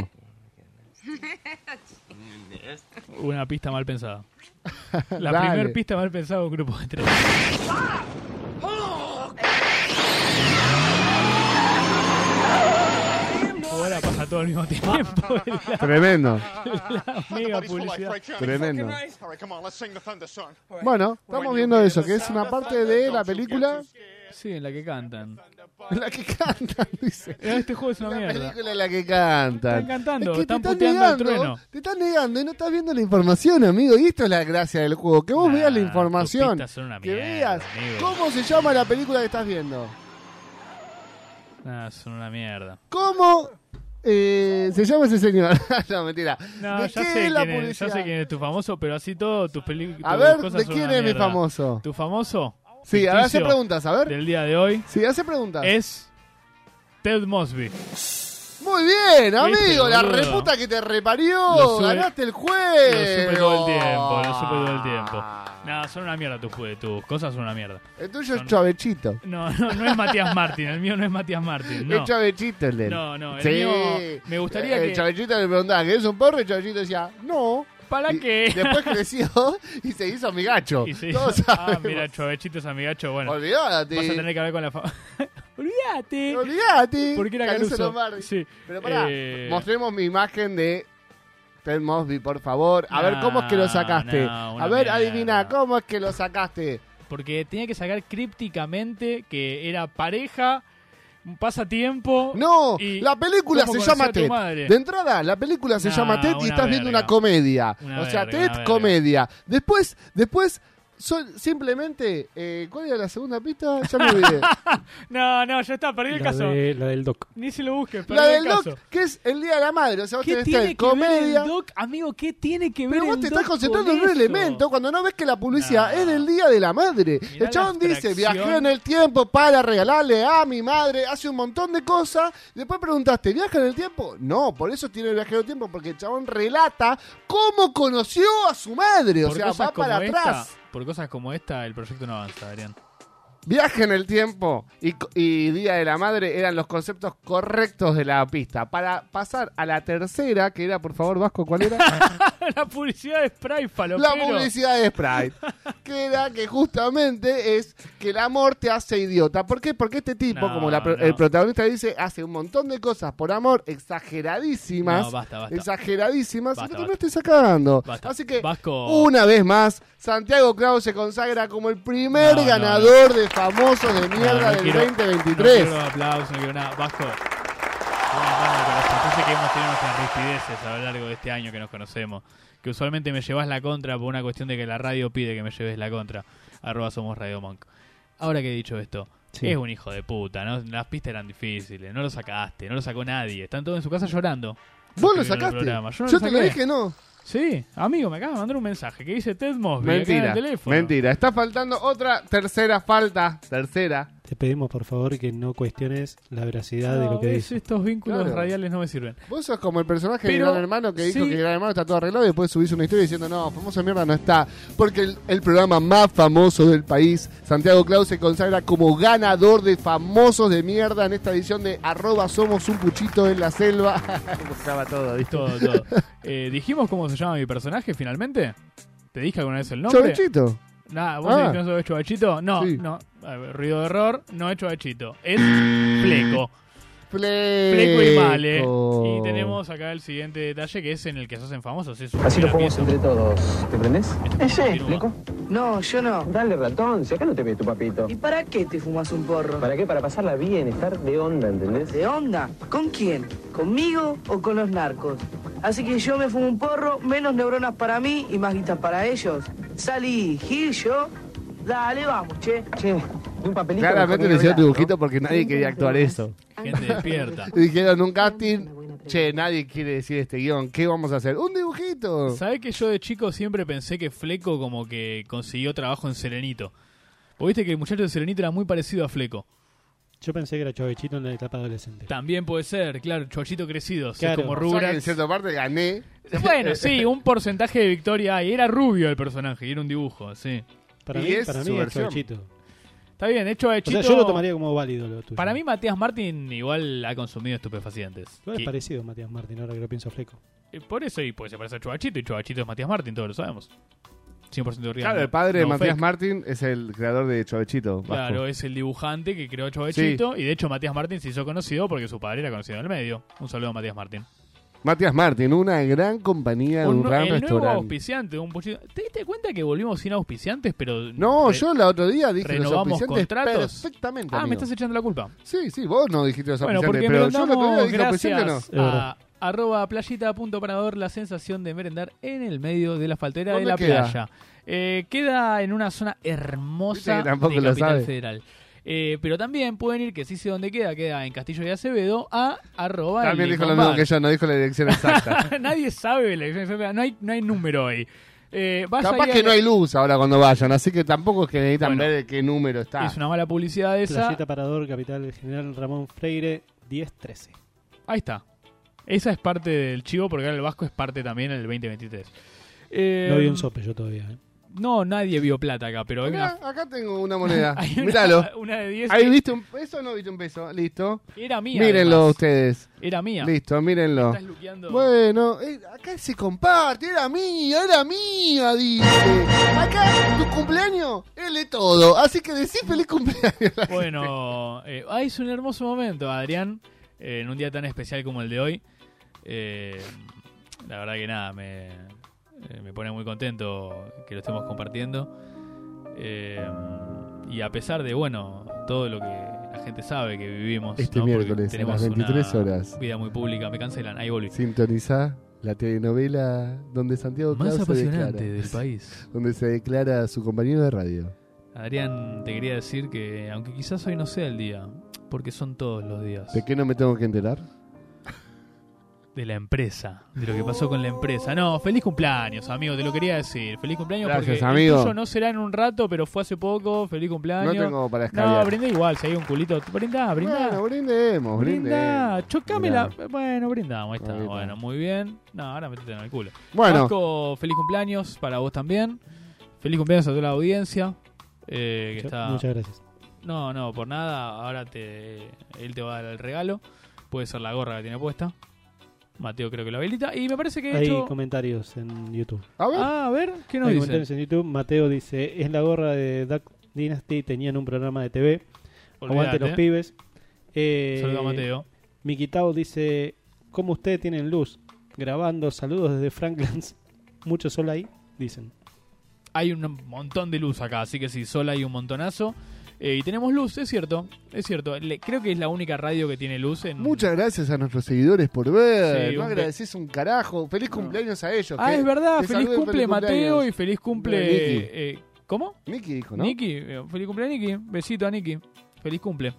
S9: Una pista mal pensada. La
S10: Dale.
S9: primera pista mal pensada de un grupo de tres. Ahora pasa todo al mismo tiempo.
S10: Tremendo.
S9: ah, La mega publicidad.
S10: Tremendo. Bueno,
S18: Bueno,
S10: estamos viendo eso, que es una parte de la película.
S9: Sí, en la que cantan. Ah,
S10: La que cantan, dice.
S9: Este juego es una
S10: La
S9: mierda.
S10: película en la que cantan.
S9: Están cantando,
S10: Es que te
S9: están puteando al trueno.
S10: Te están negando y no estás viendo la información, amigo. Y esto es la gracia del juego. Que vos veas la información.
S9: pistas son una
S10: que
S9: mierda,
S10: veas
S9: amigo.
S10: cómo se llama la película que estás viendo.
S9: Ah, son una mierda.
S10: ¿Cómo eh, se llama ese señor? no, mentira.
S9: No,
S10: ¿De
S9: ya
S10: qué
S9: sé,
S10: es la
S9: quién es, ya
S10: publicidad?
S9: sé quién es tu famoso, pero así todo, tus películas.
S10: A ver,
S9: cosas
S10: ¿de
S9: son
S10: quién
S9: una
S10: es mi
S9: mierda.
S10: famoso?
S9: ¿Tu famoso?
S10: Sí, ahora hace
S9: ficticio
S10: preguntas, a ver.
S9: Del día de hoy.
S10: Sí, hace preguntas.
S9: Es Ted Mosby.
S10: Muy bien, amigo. La
S9: boludo?
S10: reputa que te reparió.
S9: Lo sube-
S10: Ganaste el
S9: Lo supe todo
S10: juego.
S9: el tiempo, lo supe todo el tiempo. No, son una mierda tus, jue- tus cosas, son una mierda.
S10: Ah, El tuyo es Chavechito.
S9: No, no, no es Matías Martín, el mío no es Matías Martín. No.
S10: Es Chavechito el de él.
S9: No, no, el
S10: Sí.
S9: mío- me gustaría
S10: Eh,
S9: que-
S10: Chavechito le preguntaba, ¿querés un perro? Y Chavechito decía, no.
S9: ¿Para qué?
S10: Después creció y se hizo amigacho.
S9: Y sí.
S10: Todos
S9: ah,
S10: sabemos.
S9: mira, Chovechitos amigacho, bueno.
S10: Olvídate.
S9: Vas a tener que hablar con la fa- Olvídate.
S10: Olvídate.
S9: Porque era
S10: Caruso
S9: Caruso.
S10: Lombardi.
S9: Sí.
S10: Pero pará,
S9: Eh,
S10: mostremos mi imagen de Ted Mosby, por favor. A ver, ¿cómo es que lo sacaste?
S9: No, una
S10: a ver,
S9: mierda.
S10: adivina, ¿cómo es que lo sacaste?
S9: Porque tenía que sacar crípticamente que era pareja, un pasatiempo.
S10: No,
S9: y
S10: La película
S9: ¿cómo
S10: se
S9: conocí a
S10: llama
S9: tu
S10: Ted.
S9: madre?
S10: De entrada, la película se
S9: No,
S10: llama Ted y
S9: una
S10: estás viendo
S9: verga.
S10: una comedia.
S9: Una
S10: o sea,
S9: verga, una
S10: Ted,
S9: verga.
S10: comedia. Después, después, son simplemente. eh, ¿Cuál era la segunda pista? Ya me olvidé.
S9: No, no, ya está, perdí el
S11: La,
S9: caso.
S11: de, la del doc.
S9: Ni se lo busques, perdí
S10: la del
S9: el caso.
S10: Doc, que es el Día de la Madre. O sea, vos
S9: ¿Qué
S10: tenés
S9: tiene
S10: Ted,
S9: que ver
S10: comedia.
S9: el doc? Amigo, ¿qué tiene que ver
S10: Pero vos
S9: el
S10: te estás
S9: doc
S10: concentrando
S9: con
S10: en un
S9: eso?
S10: elemento cuando no ves que la publicidad es del Día de la Madre. el chabón dice, viajé en el tiempo para regalarle a mi madre, hace un montón de cosas. Después preguntaste, ¿viaja en el tiempo? No, por eso tiene el viaje en el tiempo, porque el chabón relata cómo conoció a su madre. O
S9: Por
S10: sea,
S9: cosas
S10: va para
S9: como esta-
S10: atrás.
S9: Por cosas como esta, el proyecto no avanza, Adrián.
S10: Viaje en el tiempo y, co- y Día de la Madre eran los conceptos correctos de la pista. Para pasar a la tercera, que era, por favor, Vasco, ¿cuál era?
S9: la publicidad de Sprite, falopero.
S10: La publicidad de Sprite. Que era que justamente es que el amor te hace idiota. ¿Por qué? Porque este tipo,
S9: No,
S10: como la pro-
S9: no.
S10: el protagonista dice, hace un montón de cosas por amor exageradísimas.
S9: No, basta, basta.
S10: Exageradísimas.
S9: Basta,
S10: y no te estés sacando. Así que,
S9: Vasco.
S10: una vez más, Santiago Kraus se consagra como el primer
S9: No, no,
S10: ganador de famosos de
S9: No,
S10: mierda
S9: no
S10: del
S9: quiero- No
S10: 2023.
S9: quiero aplausos, no quiero nada. Vasco, una palma al corazón. Yo sé que hemos tenido nuestras rispideces a lo largo de este año que nos conocemos. Que usualmente me llevas la contra por una cuestión de que la radio pide que me lleves la contra. Arroba somos Radio Monk. Ahora que he dicho esto,
S11: Sí.
S9: es un hijo de puta, ¿no? Las pistas eran difíciles, no lo sacaste, no lo sacó nadie. Están todos en su casa llorando.
S10: Vos lo
S9: Escribiendo el
S10: sacaste.
S9: programa.
S10: Yo,
S9: no
S10: te
S9: saqué.
S10: lo dije, no.
S9: Sí, amigo, me acaba de mandar un mensaje que dice Ted Mosby. acá en el
S10: Mentira.
S9: teléfono.
S10: Mentira. Está faltando otra tercera falta. Tercera.
S11: Te pedimos por favor que no cuestiones la veracidad de
S9: No,
S11: lo que
S9: ves,
S11: dice.
S9: Estos vínculos
S10: Claro.
S9: radiales no me sirven.
S10: Vos sos como el personaje
S9: Pero,
S10: de Gran Hermano que dijo
S9: sí.
S10: que Gran Hermano está todo arreglado y después subís una historia diciendo, no, famoso mierda no está. Porque el, el programa más famoso del país, Santiago Claus, se consagra como ganador de famosos de mierda en esta edición de arroba somos un puchito en la selva. Buscaba todo, ¿viste?
S9: Todo, todo. Eh, ¿Dijimos cómo se llama mi personaje finalmente? ¿Te dije alguna vez el nombre?
S10: Chorchito.
S9: Nah, ¿Vos
S10: Ah.
S9: dijiste que no soy Chobachito? No,
S10: Sí.
S9: no. A ver, ruido de error, no es Chobachito. Es Fleco. Fleco y Male. Y tenemos acá el siguiente detalle que es en el que se hacen famosos. Es un
S18: Así lo
S9: piramidal.
S18: jugamos entre todos. ¿Te prendés?
S7: Ese,
S18: ¿Fleco?
S7: ¿Eh, No, yo no.
S18: Dale ratón, si acá no te ves tu papito.
S7: ¿Y para qué te fumas un porro?
S18: ¿Para qué? Para pasarla bien, estar de onda, ¿entendés?
S7: ¿De onda? ¿Con quién? ¿Conmigo o con los narcos? Así que yo me fumo un porro, menos neuronas para mí y más guitas para ellos. Salí, Gil, yo. Dale, vamos, che. Che, un papelito.
S10: Claramente le hicieron dibujito porque nadie quería actuar eso.
S9: Gente despierta.
S10: Y dijeron en un casting, che, nadie quiere decir este guión, ¿qué vamos a hacer? Un dibujito.
S9: ¿Sabés que yo de chico siempre pensé que Fleco como que consiguió trabajo en Serenito? Porque viste que el muchacho de Serenito era muy parecido a Fleco.
S11: Yo pensé que era Chovechito en la etapa adolescente.
S9: También puede ser, claro, chochito crecido, sí,
S11: Claro.
S9: como
S11: O sea
S10: O sea, que
S9: Rugrats.
S10: en cierta parte gané.
S9: Bueno, sí, un porcentaje de victoria hay. Era rubio el personaje, y era un dibujo, sí.
S11: Para mí, para mí es Chovechito.
S9: Está bien, hecho de
S11: O sea, yo lo tomaría como válido lo tuyo.
S9: Para mí, Matías Martín igual ha consumido estupefacientes.
S11: Igual es
S9: Que-
S11: parecido a Matías Martín, ahora que lo pienso fleco.
S9: eh, por eso, y pues se parece a Chubachito, y Chubachito es Matías Martín, todos lo sabemos. 100% real.
S10: Claro,
S9: no-
S10: el padre de
S9: no
S10: Matías
S9: fake.
S10: Martín es el creador de Chovechito. Vasco.
S9: Claro, es el dibujante que creó Chubachito, y de hecho Matías Martín se hizo conocido porque su padre era conocido en el medio. Un saludo a Matías Martín.
S10: Matías Martín, una gran compañía, un,
S9: no-
S10: gran
S9: el nuevo
S10: restaurante.
S9: auspiciante, un puchito. ¿Te diste cuenta que volvimos sin auspiciantes, pero
S10: No,
S9: re-
S10: yo el otro día dije los
S9: renovamos
S10: auspiciantes
S9: contratos?
S10: perfectamente.
S9: Ah, me
S10: amigo.
S9: estás echando la culpa.
S10: Sí, sí, vos no dijiste los
S9: Bueno, porque
S10: auspiciantes, pero yo el otro día
S9: merendamos
S10: dije
S9: gracias
S10: auspiciante no.
S9: a arroba playita.parador la sensación de merendar en el medio de la faltera de
S10: ¿Dónde
S9: la
S10: queda?
S9: playa. Eh, queda en una zona hermosa
S10: Viste que tampoco
S9: de
S10: lo
S9: Capital
S10: sabe.
S9: Federal. Eh, pero también pueden ir, que sí sé dónde queda, queda en Castillo de Acevedo, a arroba
S10: También
S9: el
S10: dijo lo
S9: Limón
S10: mismo que
S9: Bar.
S10: yo, no dijo la dirección exacta.
S9: Nadie sabe la dirección exacta, no hay, no hay número ahí. Eh, vas
S10: Capaz
S9: ahí a-
S10: que no hay luz ahora cuando vayan, así que tampoco es que necesitan
S9: Bueno,
S10: ver qué número está.
S9: Es una mala publicidad esa.
S11: Playeta Parador, capital general Ramón Freire, 1013.
S9: Ahí está. Esa es parte del chivo porque ahora el Vasco es parte también en el 2023. Eh,
S11: No vi un sope yo todavía. ¿eh?
S9: No, nadie vio plata acá, pero hay una-
S10: Acá, acá tengo una moneda.
S9: Hay una-
S10: Míralo.
S9: una de 10.
S10: Ahí viste un peso o no viste un peso. Listo.
S9: Era mía,
S10: Mírenlo
S9: además.
S10: ustedes.
S9: Era mía.
S10: Listo, mírenlo.
S9: Estás luqueando.
S10: Bueno, eh, acá se comparte. Era mía, era mía, dice. Acá tu cumpleaños es de todo. Así que decí feliz cumpleaños.
S9: Bueno, eh, ah, es un hermoso momento, Adrián, eh, en un día tan especial como el de hoy. Eh, la verdad que nada, me, eh, me pone muy contento que lo estemos compartiendo. Eh, y a pesar de, bueno, todo lo que la gente sabe que vivimos.
S10: Este
S9: ¿no? Porque
S10: miércoles a
S9: tenemos
S10: las 23
S9: una
S10: horas.
S9: Vida muy pública, me cancelan, ahí volví.
S10: Sintonizá la telenovela donde Santiago
S9: Más
S10: Claus se
S9: apasionante
S10: declara.
S9: del país.
S10: Donde se declara su compañero de radio.
S9: Adrián, te quería decir que, aunque quizás hoy no sea el día, porque son todos los días.
S10: ¿De qué no me tengo que enterar?
S9: De la empresa, de lo que pasó con la empresa. No, feliz cumpleaños, amigo, te lo quería decir. Feliz cumpleaños
S10: Oh. Gracias,
S9: porque
S10: amigo.
S9: el tuyo no será en un rato, pero fue hace poco. Feliz cumpleaños.
S10: No tengo para
S9: No,
S10: escabiar.
S9: brindé igual, si hay un culito. Brindá, brindá.
S10: Bueno, brindemos,
S9: brindá.
S10: brindemos.
S9: Chocame
S10: Mirá.
S9: la... Bueno, brindamos, ahí está. Bueno, muy bien. No, ahora metete en el culo.
S10: Bueno.
S9: Marco, feliz cumpleaños para vos también. Feliz cumpleaños a toda la audiencia. eh, que
S11: Muchas-
S9: está-
S11: muchas gracias.
S9: No, no, por nada. Ahora te, él te va a dar el regalo. Puede ser la gorra que tiene puesta. Mateo creo que lo habilita. Y me parece que
S11: Hay
S9: hecho...
S11: comentarios en YouTube.
S10: A ver.
S9: Ah, a ver, ¿qué nos
S11: Hay
S9: dice?
S11: comentarios en YouTube. Mateo dice: Es la gorra de Duck Dynasty. Tenían un programa de TV. Aguante
S9: Olvídate.
S11: los pibes. Eh,
S9: Saluda a Mateo.
S11: Miquitao dice: ¿Cómo ustedes tienen luz? Grabando. Saludos desde Franklands. Mucho sol ahí, dicen.
S9: Hay un montón de luz acá, así que sí, sola hay un montonazo. Eh, y tenemos luz, es cierto, es cierto. Le- creo que es la única radio que tiene luz en...
S10: Muchas gracias a nuestros seguidores por ver.
S9: Sí,
S10: no
S9: un pe-
S10: agradecés un carajo. Feliz cumpleaños a ellos.
S9: Ah,
S10: que-
S9: es verdad,
S10: que
S9: feliz
S10: saluden,
S9: cumple Mateo y feliz cumple...
S10: De Nicky.
S9: eh, ¿Cómo?
S10: Niki dijo, ¿no?
S9: Niki, eh, feliz cumple a Niki. Besito a Niki. Feliz cumple.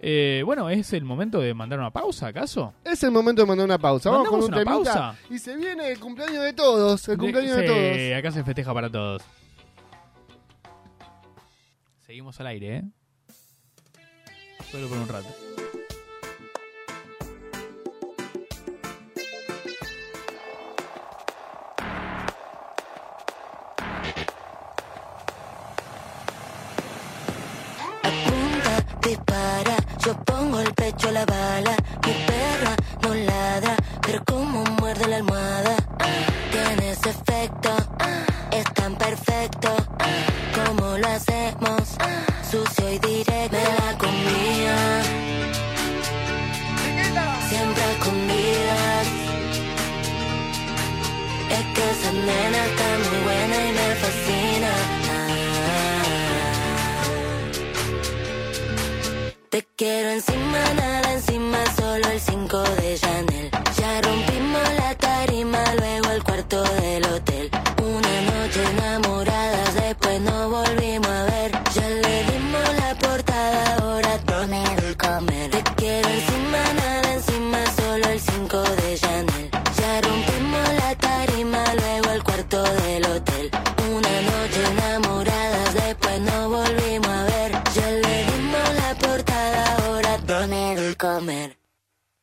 S9: Eh, bueno, es el momento de mandar una pausa, ¿acaso?
S10: Es el momento de mandar una pausa. Vamos con
S9: ¿Mandamos
S10: un
S9: una
S10: temita.
S9: pausa?
S10: Y se viene el cumpleaños de todos. El cumpleaños de,
S9: Sí,
S10: todos.
S9: acá se festeja para todos. Seguimos al aire, ¿eh? Solo por un rato.
S19: dispara, yo pongo el pecho a la bala. Mi perra no ladra, pero como muerde la almohada. Tiene ese efecto, es tan perfecto. Como lo hacemos, sucio y directo. Me la comía, siempre a escondidas. Es que esa nena está muy buena y me fascina. Te quiero encima, nada encima, solo el 5 de Chanel. Ya rompimos la tarima, luego el cuarto del hotel. Una noche enamoradas, después nos volvimos a ver. Ya le dimos la portada, ahora dame el comer. Te quiero encima, nada encima, solo el 5 de Chanel. Ya rompimos la tarima, luego el cuarto del hotel. Una noche enamoradas, después nos volvimos a ver. Ya le dimos la portada, ahora dame el comer.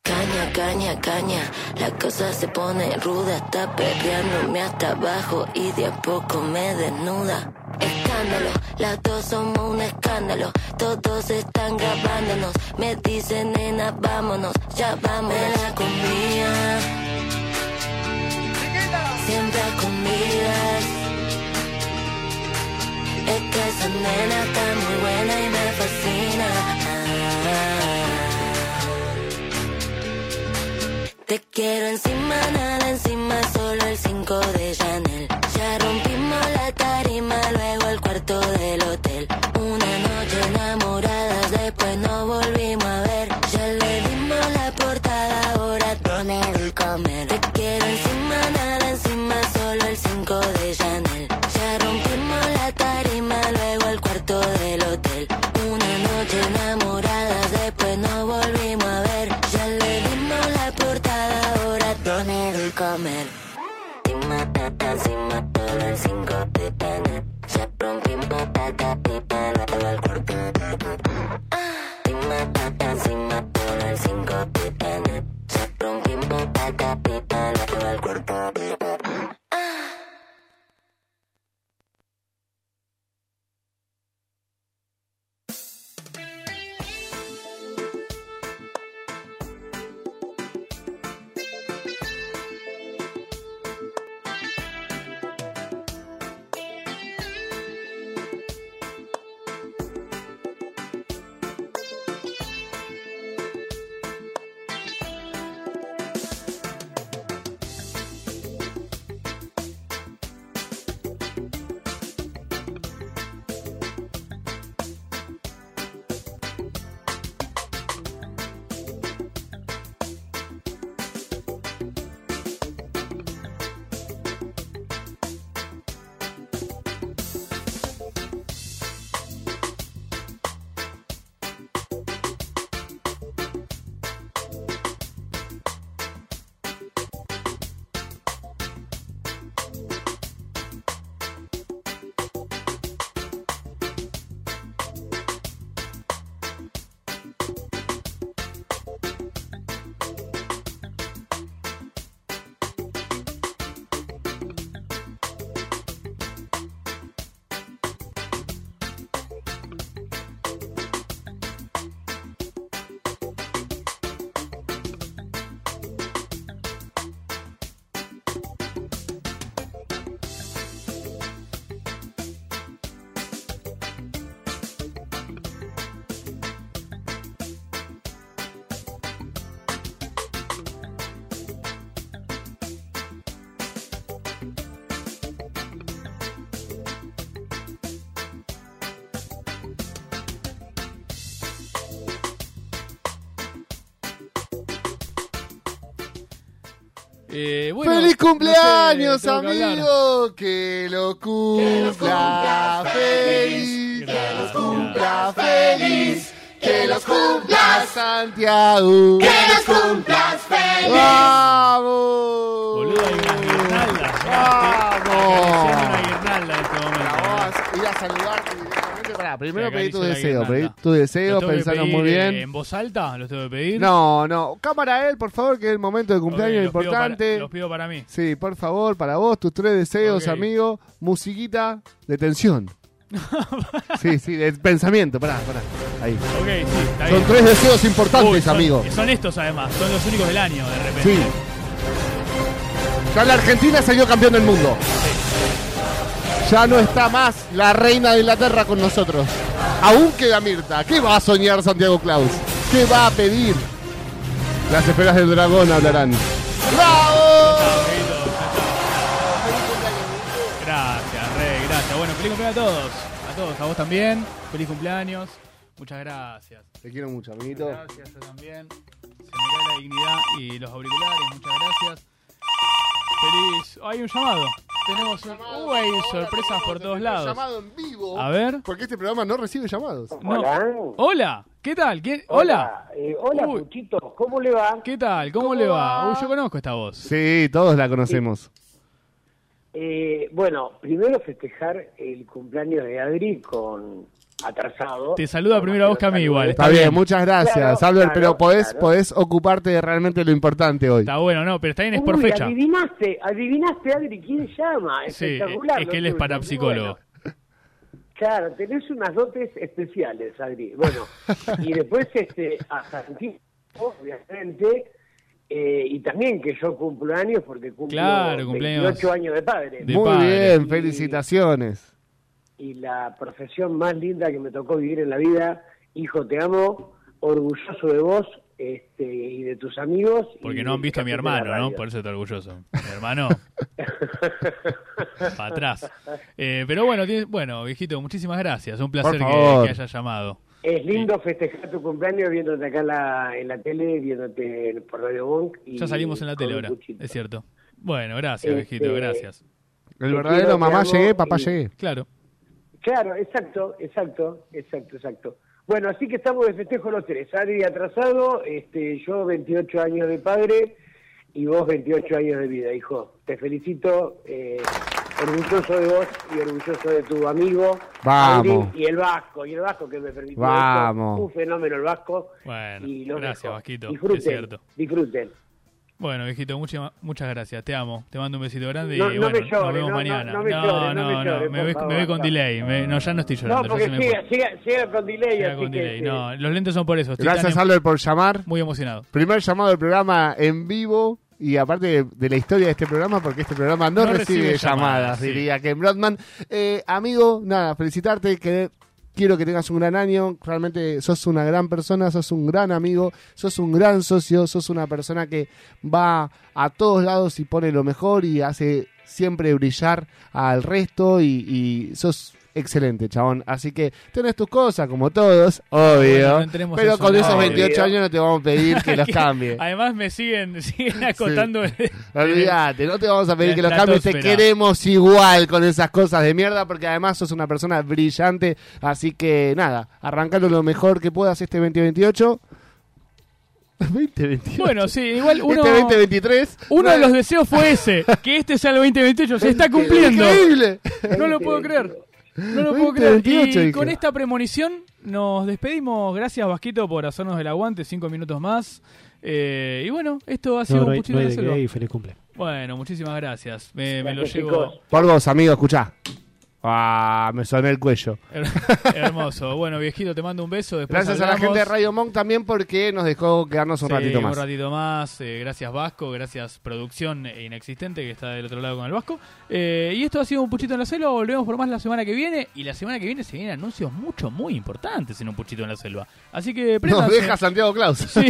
S19: Caña, caña, caña, la cosa se pone ruda, está perreándome hasta abajo y de a poco me desnuda. Escándalo, las dos somos un escándalo, todos están grabándonos, me dicen nena, vámonos, ya vamos. Me la comía, siempre a comidas. Es que esa nena está muy buena y me fascina. Ah. Te quiero encima, nada encima, solo el 5 de Chanel. Ya rompimos la tarima, luego el cuarto del hotel. Una noche enamoradas, después nos volvimos a ver. Ya le dimos la portada, ahora dame el comer. Te quiero encima, nada encima, solo el 5 de Chanel. Ya rompimos la tarima, luego el cuarto del hotel. Una noche enamoradas, después nos volvimos a ver. Ya le dimos la portada, ahora dame el comer. Encima, tata, encima, todo el 5 de Chanel. Ya rompimos tata, pipa, luego el cuarto del hotel. Encima, tata, encima, todo el 5 de Chanel. Ya rompimos tata, pipa, luego el cuarto del hotel.
S9: Eh, bueno,
S10: ¡Feliz
S9: no
S10: cumpleaños,
S9: sé, tengo que hablar.
S10: amigo! Que lo cumpla feliz, que los cumpla feliz, que los cumpla Santiago, que los cumplas feliz. ¡Vamos! ¡Vamos!
S9: este
S10: Ir a saludarte directamente para primero
S9: Organiza
S10: pedí tu
S9: la
S10: deseo,
S9: guirnalda.
S10: pedí tu deseo,
S9: Lo tengo que
S10: pensalo
S9: pedir,
S10: muy bien.
S9: eh, ¿En voz alta? ¿Los tengo que pedir?
S10: No, no. Cámara él, por favor, que es el momento de cumpleaños
S9: Ok, los pido para-
S10: importante.
S9: los pido para mí.
S10: Sí, por favor, para vos, tus tres deseos,
S9: Ok.
S10: amigo. Musiquita de tensión. sí, sí, de pensamiento, pará, pará. Ahí.
S9: Ok, sí, está
S10: Son
S9: bien.
S10: tres deseos importantes,
S9: Uy, son-
S10: amigo.
S9: Son estos además, son los únicos del año, de repente.
S10: Sí. Ya la Argentina salió campeón del mundo. Ya no está más la reina de Inglaterra con nosotros. Aún queda Mirta. ¿Qué va a soñar Santiago Claus? ¿Qué va a pedir? Las esferas del dragón hablarán.
S9: Gracias, Rey, gracias. Bueno, feliz cumpleaños a todos. A todos, a vos también. Feliz cumpleaños. Muchas gracias.
S10: Te quiero mucho, amiguito.
S9: Gracias, yo también. Se me cae la dignidad y los auriculares, muchas gracias. Feliz. oh, Hay un llamado. Tenemos un... Uh, hay sorpresas por todos lados.
S10: Llamado en vivo.
S9: A ver.
S10: Porque este programa no recibe llamados.
S9: No. Hola, ¿qué tal? ¿Quién? Hola.
S20: Eh, hola,
S9: Uy.
S20: Puchito. ¿Cómo le va?
S9: ¿Qué tal? ¿Cómo,
S20: ¿Cómo
S9: le va?
S20: va?
S9: Uy, yo conozco esta voz.
S10: Sí, todos la conocemos.
S20: Eh, bueno, primero festejar el cumpleaños de Adri con atrasado.
S9: Te saluda primero a vos que a mí igual.
S10: Está bien, muchas gracias, Albert, pero podés,
S20: claro.
S10: podés ocuparte de realmente lo importante hoy.
S9: Está bueno, no, pero está bien, es por
S20: Uy,
S9: fecha.
S20: Adivinaste, adivinaste, Adri, quién llama.
S9: Sí,
S20: Espectacular.
S9: es
S20: lo
S9: que él es
S20: tuyo.
S9: parapsicólogo.
S20: Claro, tenés unas dotes especiales, Adri. Bueno, y después este, a Santiago, obviamente, eh, y también que yo cumplo años porque cumplo
S10: Claro, cumpleaños
S20: 28 años de padre.
S10: Muy bien, felicitaciones.
S20: Y la profesión más linda que me tocó vivir en la vida, hijo, te amo, orgulloso de vos este, y de tus amigos. y
S9: Porque no han visto a mi
S20: de la
S9: hermano, ¿no?
S20: radio.
S9: Por eso estoy orgulloso. Mi hermano. Para atrás. Eh, pero bueno, tiene- bueno, viejito, muchísimas gracias. Un placer que,
S10: favor.
S9: que haya llamado.
S20: Es lindo festejar tu cumpleaños viéndote acá en la, en la tele, viéndote en- por Radio Bonk. y
S9: Ya salimos en la
S20: con
S9: tele
S20: un
S9: ahora,
S20: cuchillo.
S9: es cierto. Bueno, gracias,
S20: Este,
S9: viejito, gracias.
S10: El verdadero mamá llegué, papá
S20: y-
S10: llegué.
S9: Claro.
S20: Claro, exacto, exacto, exacto, exacto. Bueno, así que estamos de festejo los tres. Adri atrasado, este, yo 28 años de padre y vos 28 años de vida, hijo. Te felicito, eh, orgulloso de vos y orgulloso de tu amigo.
S10: Vamos.
S20: Adri, y el Vasco, y el Vasco que me permitió.
S10: Vamos.
S20: esto. Un fenómeno el Vasco.
S9: Bueno,
S20: Y los
S9: gracias,
S20: dejo.
S9: Vasquito,
S20: Disfruten,
S9: es cierto.
S20: disfruten.
S9: Bueno, viejito, muchas, muchas gracias, te amo. Te mando un besito grande
S20: No-
S9: y
S20: no
S9: bueno,
S20: me llores,
S9: nos vemos
S20: no, no,
S9: mañana.
S20: no me llores, no me llores,
S9: me
S20: por
S9: ve,
S20: favor,
S9: me ve con
S20: no.
S9: delay. me- no, ya no estoy
S20: No,
S9: llorando.
S20: porque
S9: ya se me
S20: llega,
S9: fue.
S20: llega, llega con delay.
S9: Llega
S20: así
S9: con
S20: que,
S9: delay.
S20: eh,
S9: No, los lentes son por eso. estoy
S10: Gracias,
S9: tan em-
S10: Albert, por llamar.
S9: Muy emocionado.
S10: Primer llamado del programa en vivo y aparte de, de la historia de este programa, porque este programa no,
S9: No
S10: recibe,
S9: recibe
S10: llamadas,
S9: llamadas, sí.
S10: diría Ken Broadman. Eh, amigo, nada, felicitarte, que quiero que tengas un gran año. Realmente sos una gran persona, sos un gran amigo, sos un gran socio, sos una persona que va a todos lados y pone lo mejor y hace siempre brillar al resto y, y sos excelente, chabón. Así que tenés tus cosas, como todos,
S9: Bueno, no
S10: obvio,
S9: entremos
S10: pero
S9: en
S10: con
S9: zona
S10: esos
S9: de
S10: 28
S9: video.
S10: años Este no te vamos a pedir que los
S9: Que-
S10: cambie.
S9: Además me siguen, siguen acotando.
S10: Olvídate, no te vamos a pedir
S9: La
S10: que los cambies, te
S9: estratosfera.
S10: queremos igual con esas cosas de mierda, porque además sos una persona brillante, así que nada, arrancalo lo mejor que puedas este 2028. 2028.
S9: Bueno, sí, igual uno...
S10: Este Eh, 2023.
S9: Uno de los deseos fue ese, que este sea el 2028, se está cumpliendo.
S10: Increíble.
S9: No lo puedo creer. No lo puedo creer.
S10: 2028,
S9: y
S10: dije.
S9: con esta premonición nos despedimos. Gracias, Vasquito, por hacernos el aguante. Cinco minutos más. Eh, y bueno, esto ha sido
S11: No, no
S9: un
S11: hay,
S9: puchito
S11: no hay
S9: de
S11: de
S9: selva.
S11: qué y feliz cumple.
S9: Bueno, muchísimas gracias. Me, me lo
S11: Gracias,
S9: llevo.
S10: Por vos, amigo, escuchá. Ah, me soné el cuello.
S9: Her- Hermoso. Bueno, viejito, te mando un beso. Después
S10: Gracias a la
S9: hablamos.
S10: gente de Radio Monk también porque nos dejó quedarnos un
S9: Sí,
S10: ratito más.
S9: Un ratito más. Eh, gracias Vasco, gracias producción inexistente que está del otro lado con el Vasco. Eh, y esto ha sido un puchito en la selva. Volvemos por más la semana que viene. Y la semana que viene se vienen anuncios mucho, muy importantes en un puchito en la selva. Así que
S10: Nos
S9: préndanse.
S10: deja Santiago Claus.
S9: Sí,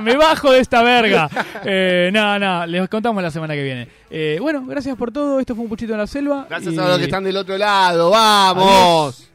S9: me bajo de esta verga. Eh, nada, nada, les contamos la semana que viene. Eh, bueno, gracias por todo. Esto fue un puchito en la selva.
S10: Gracias
S9: y-
S10: a los que están del otro lado. ¡Vamos!
S9: Adiós.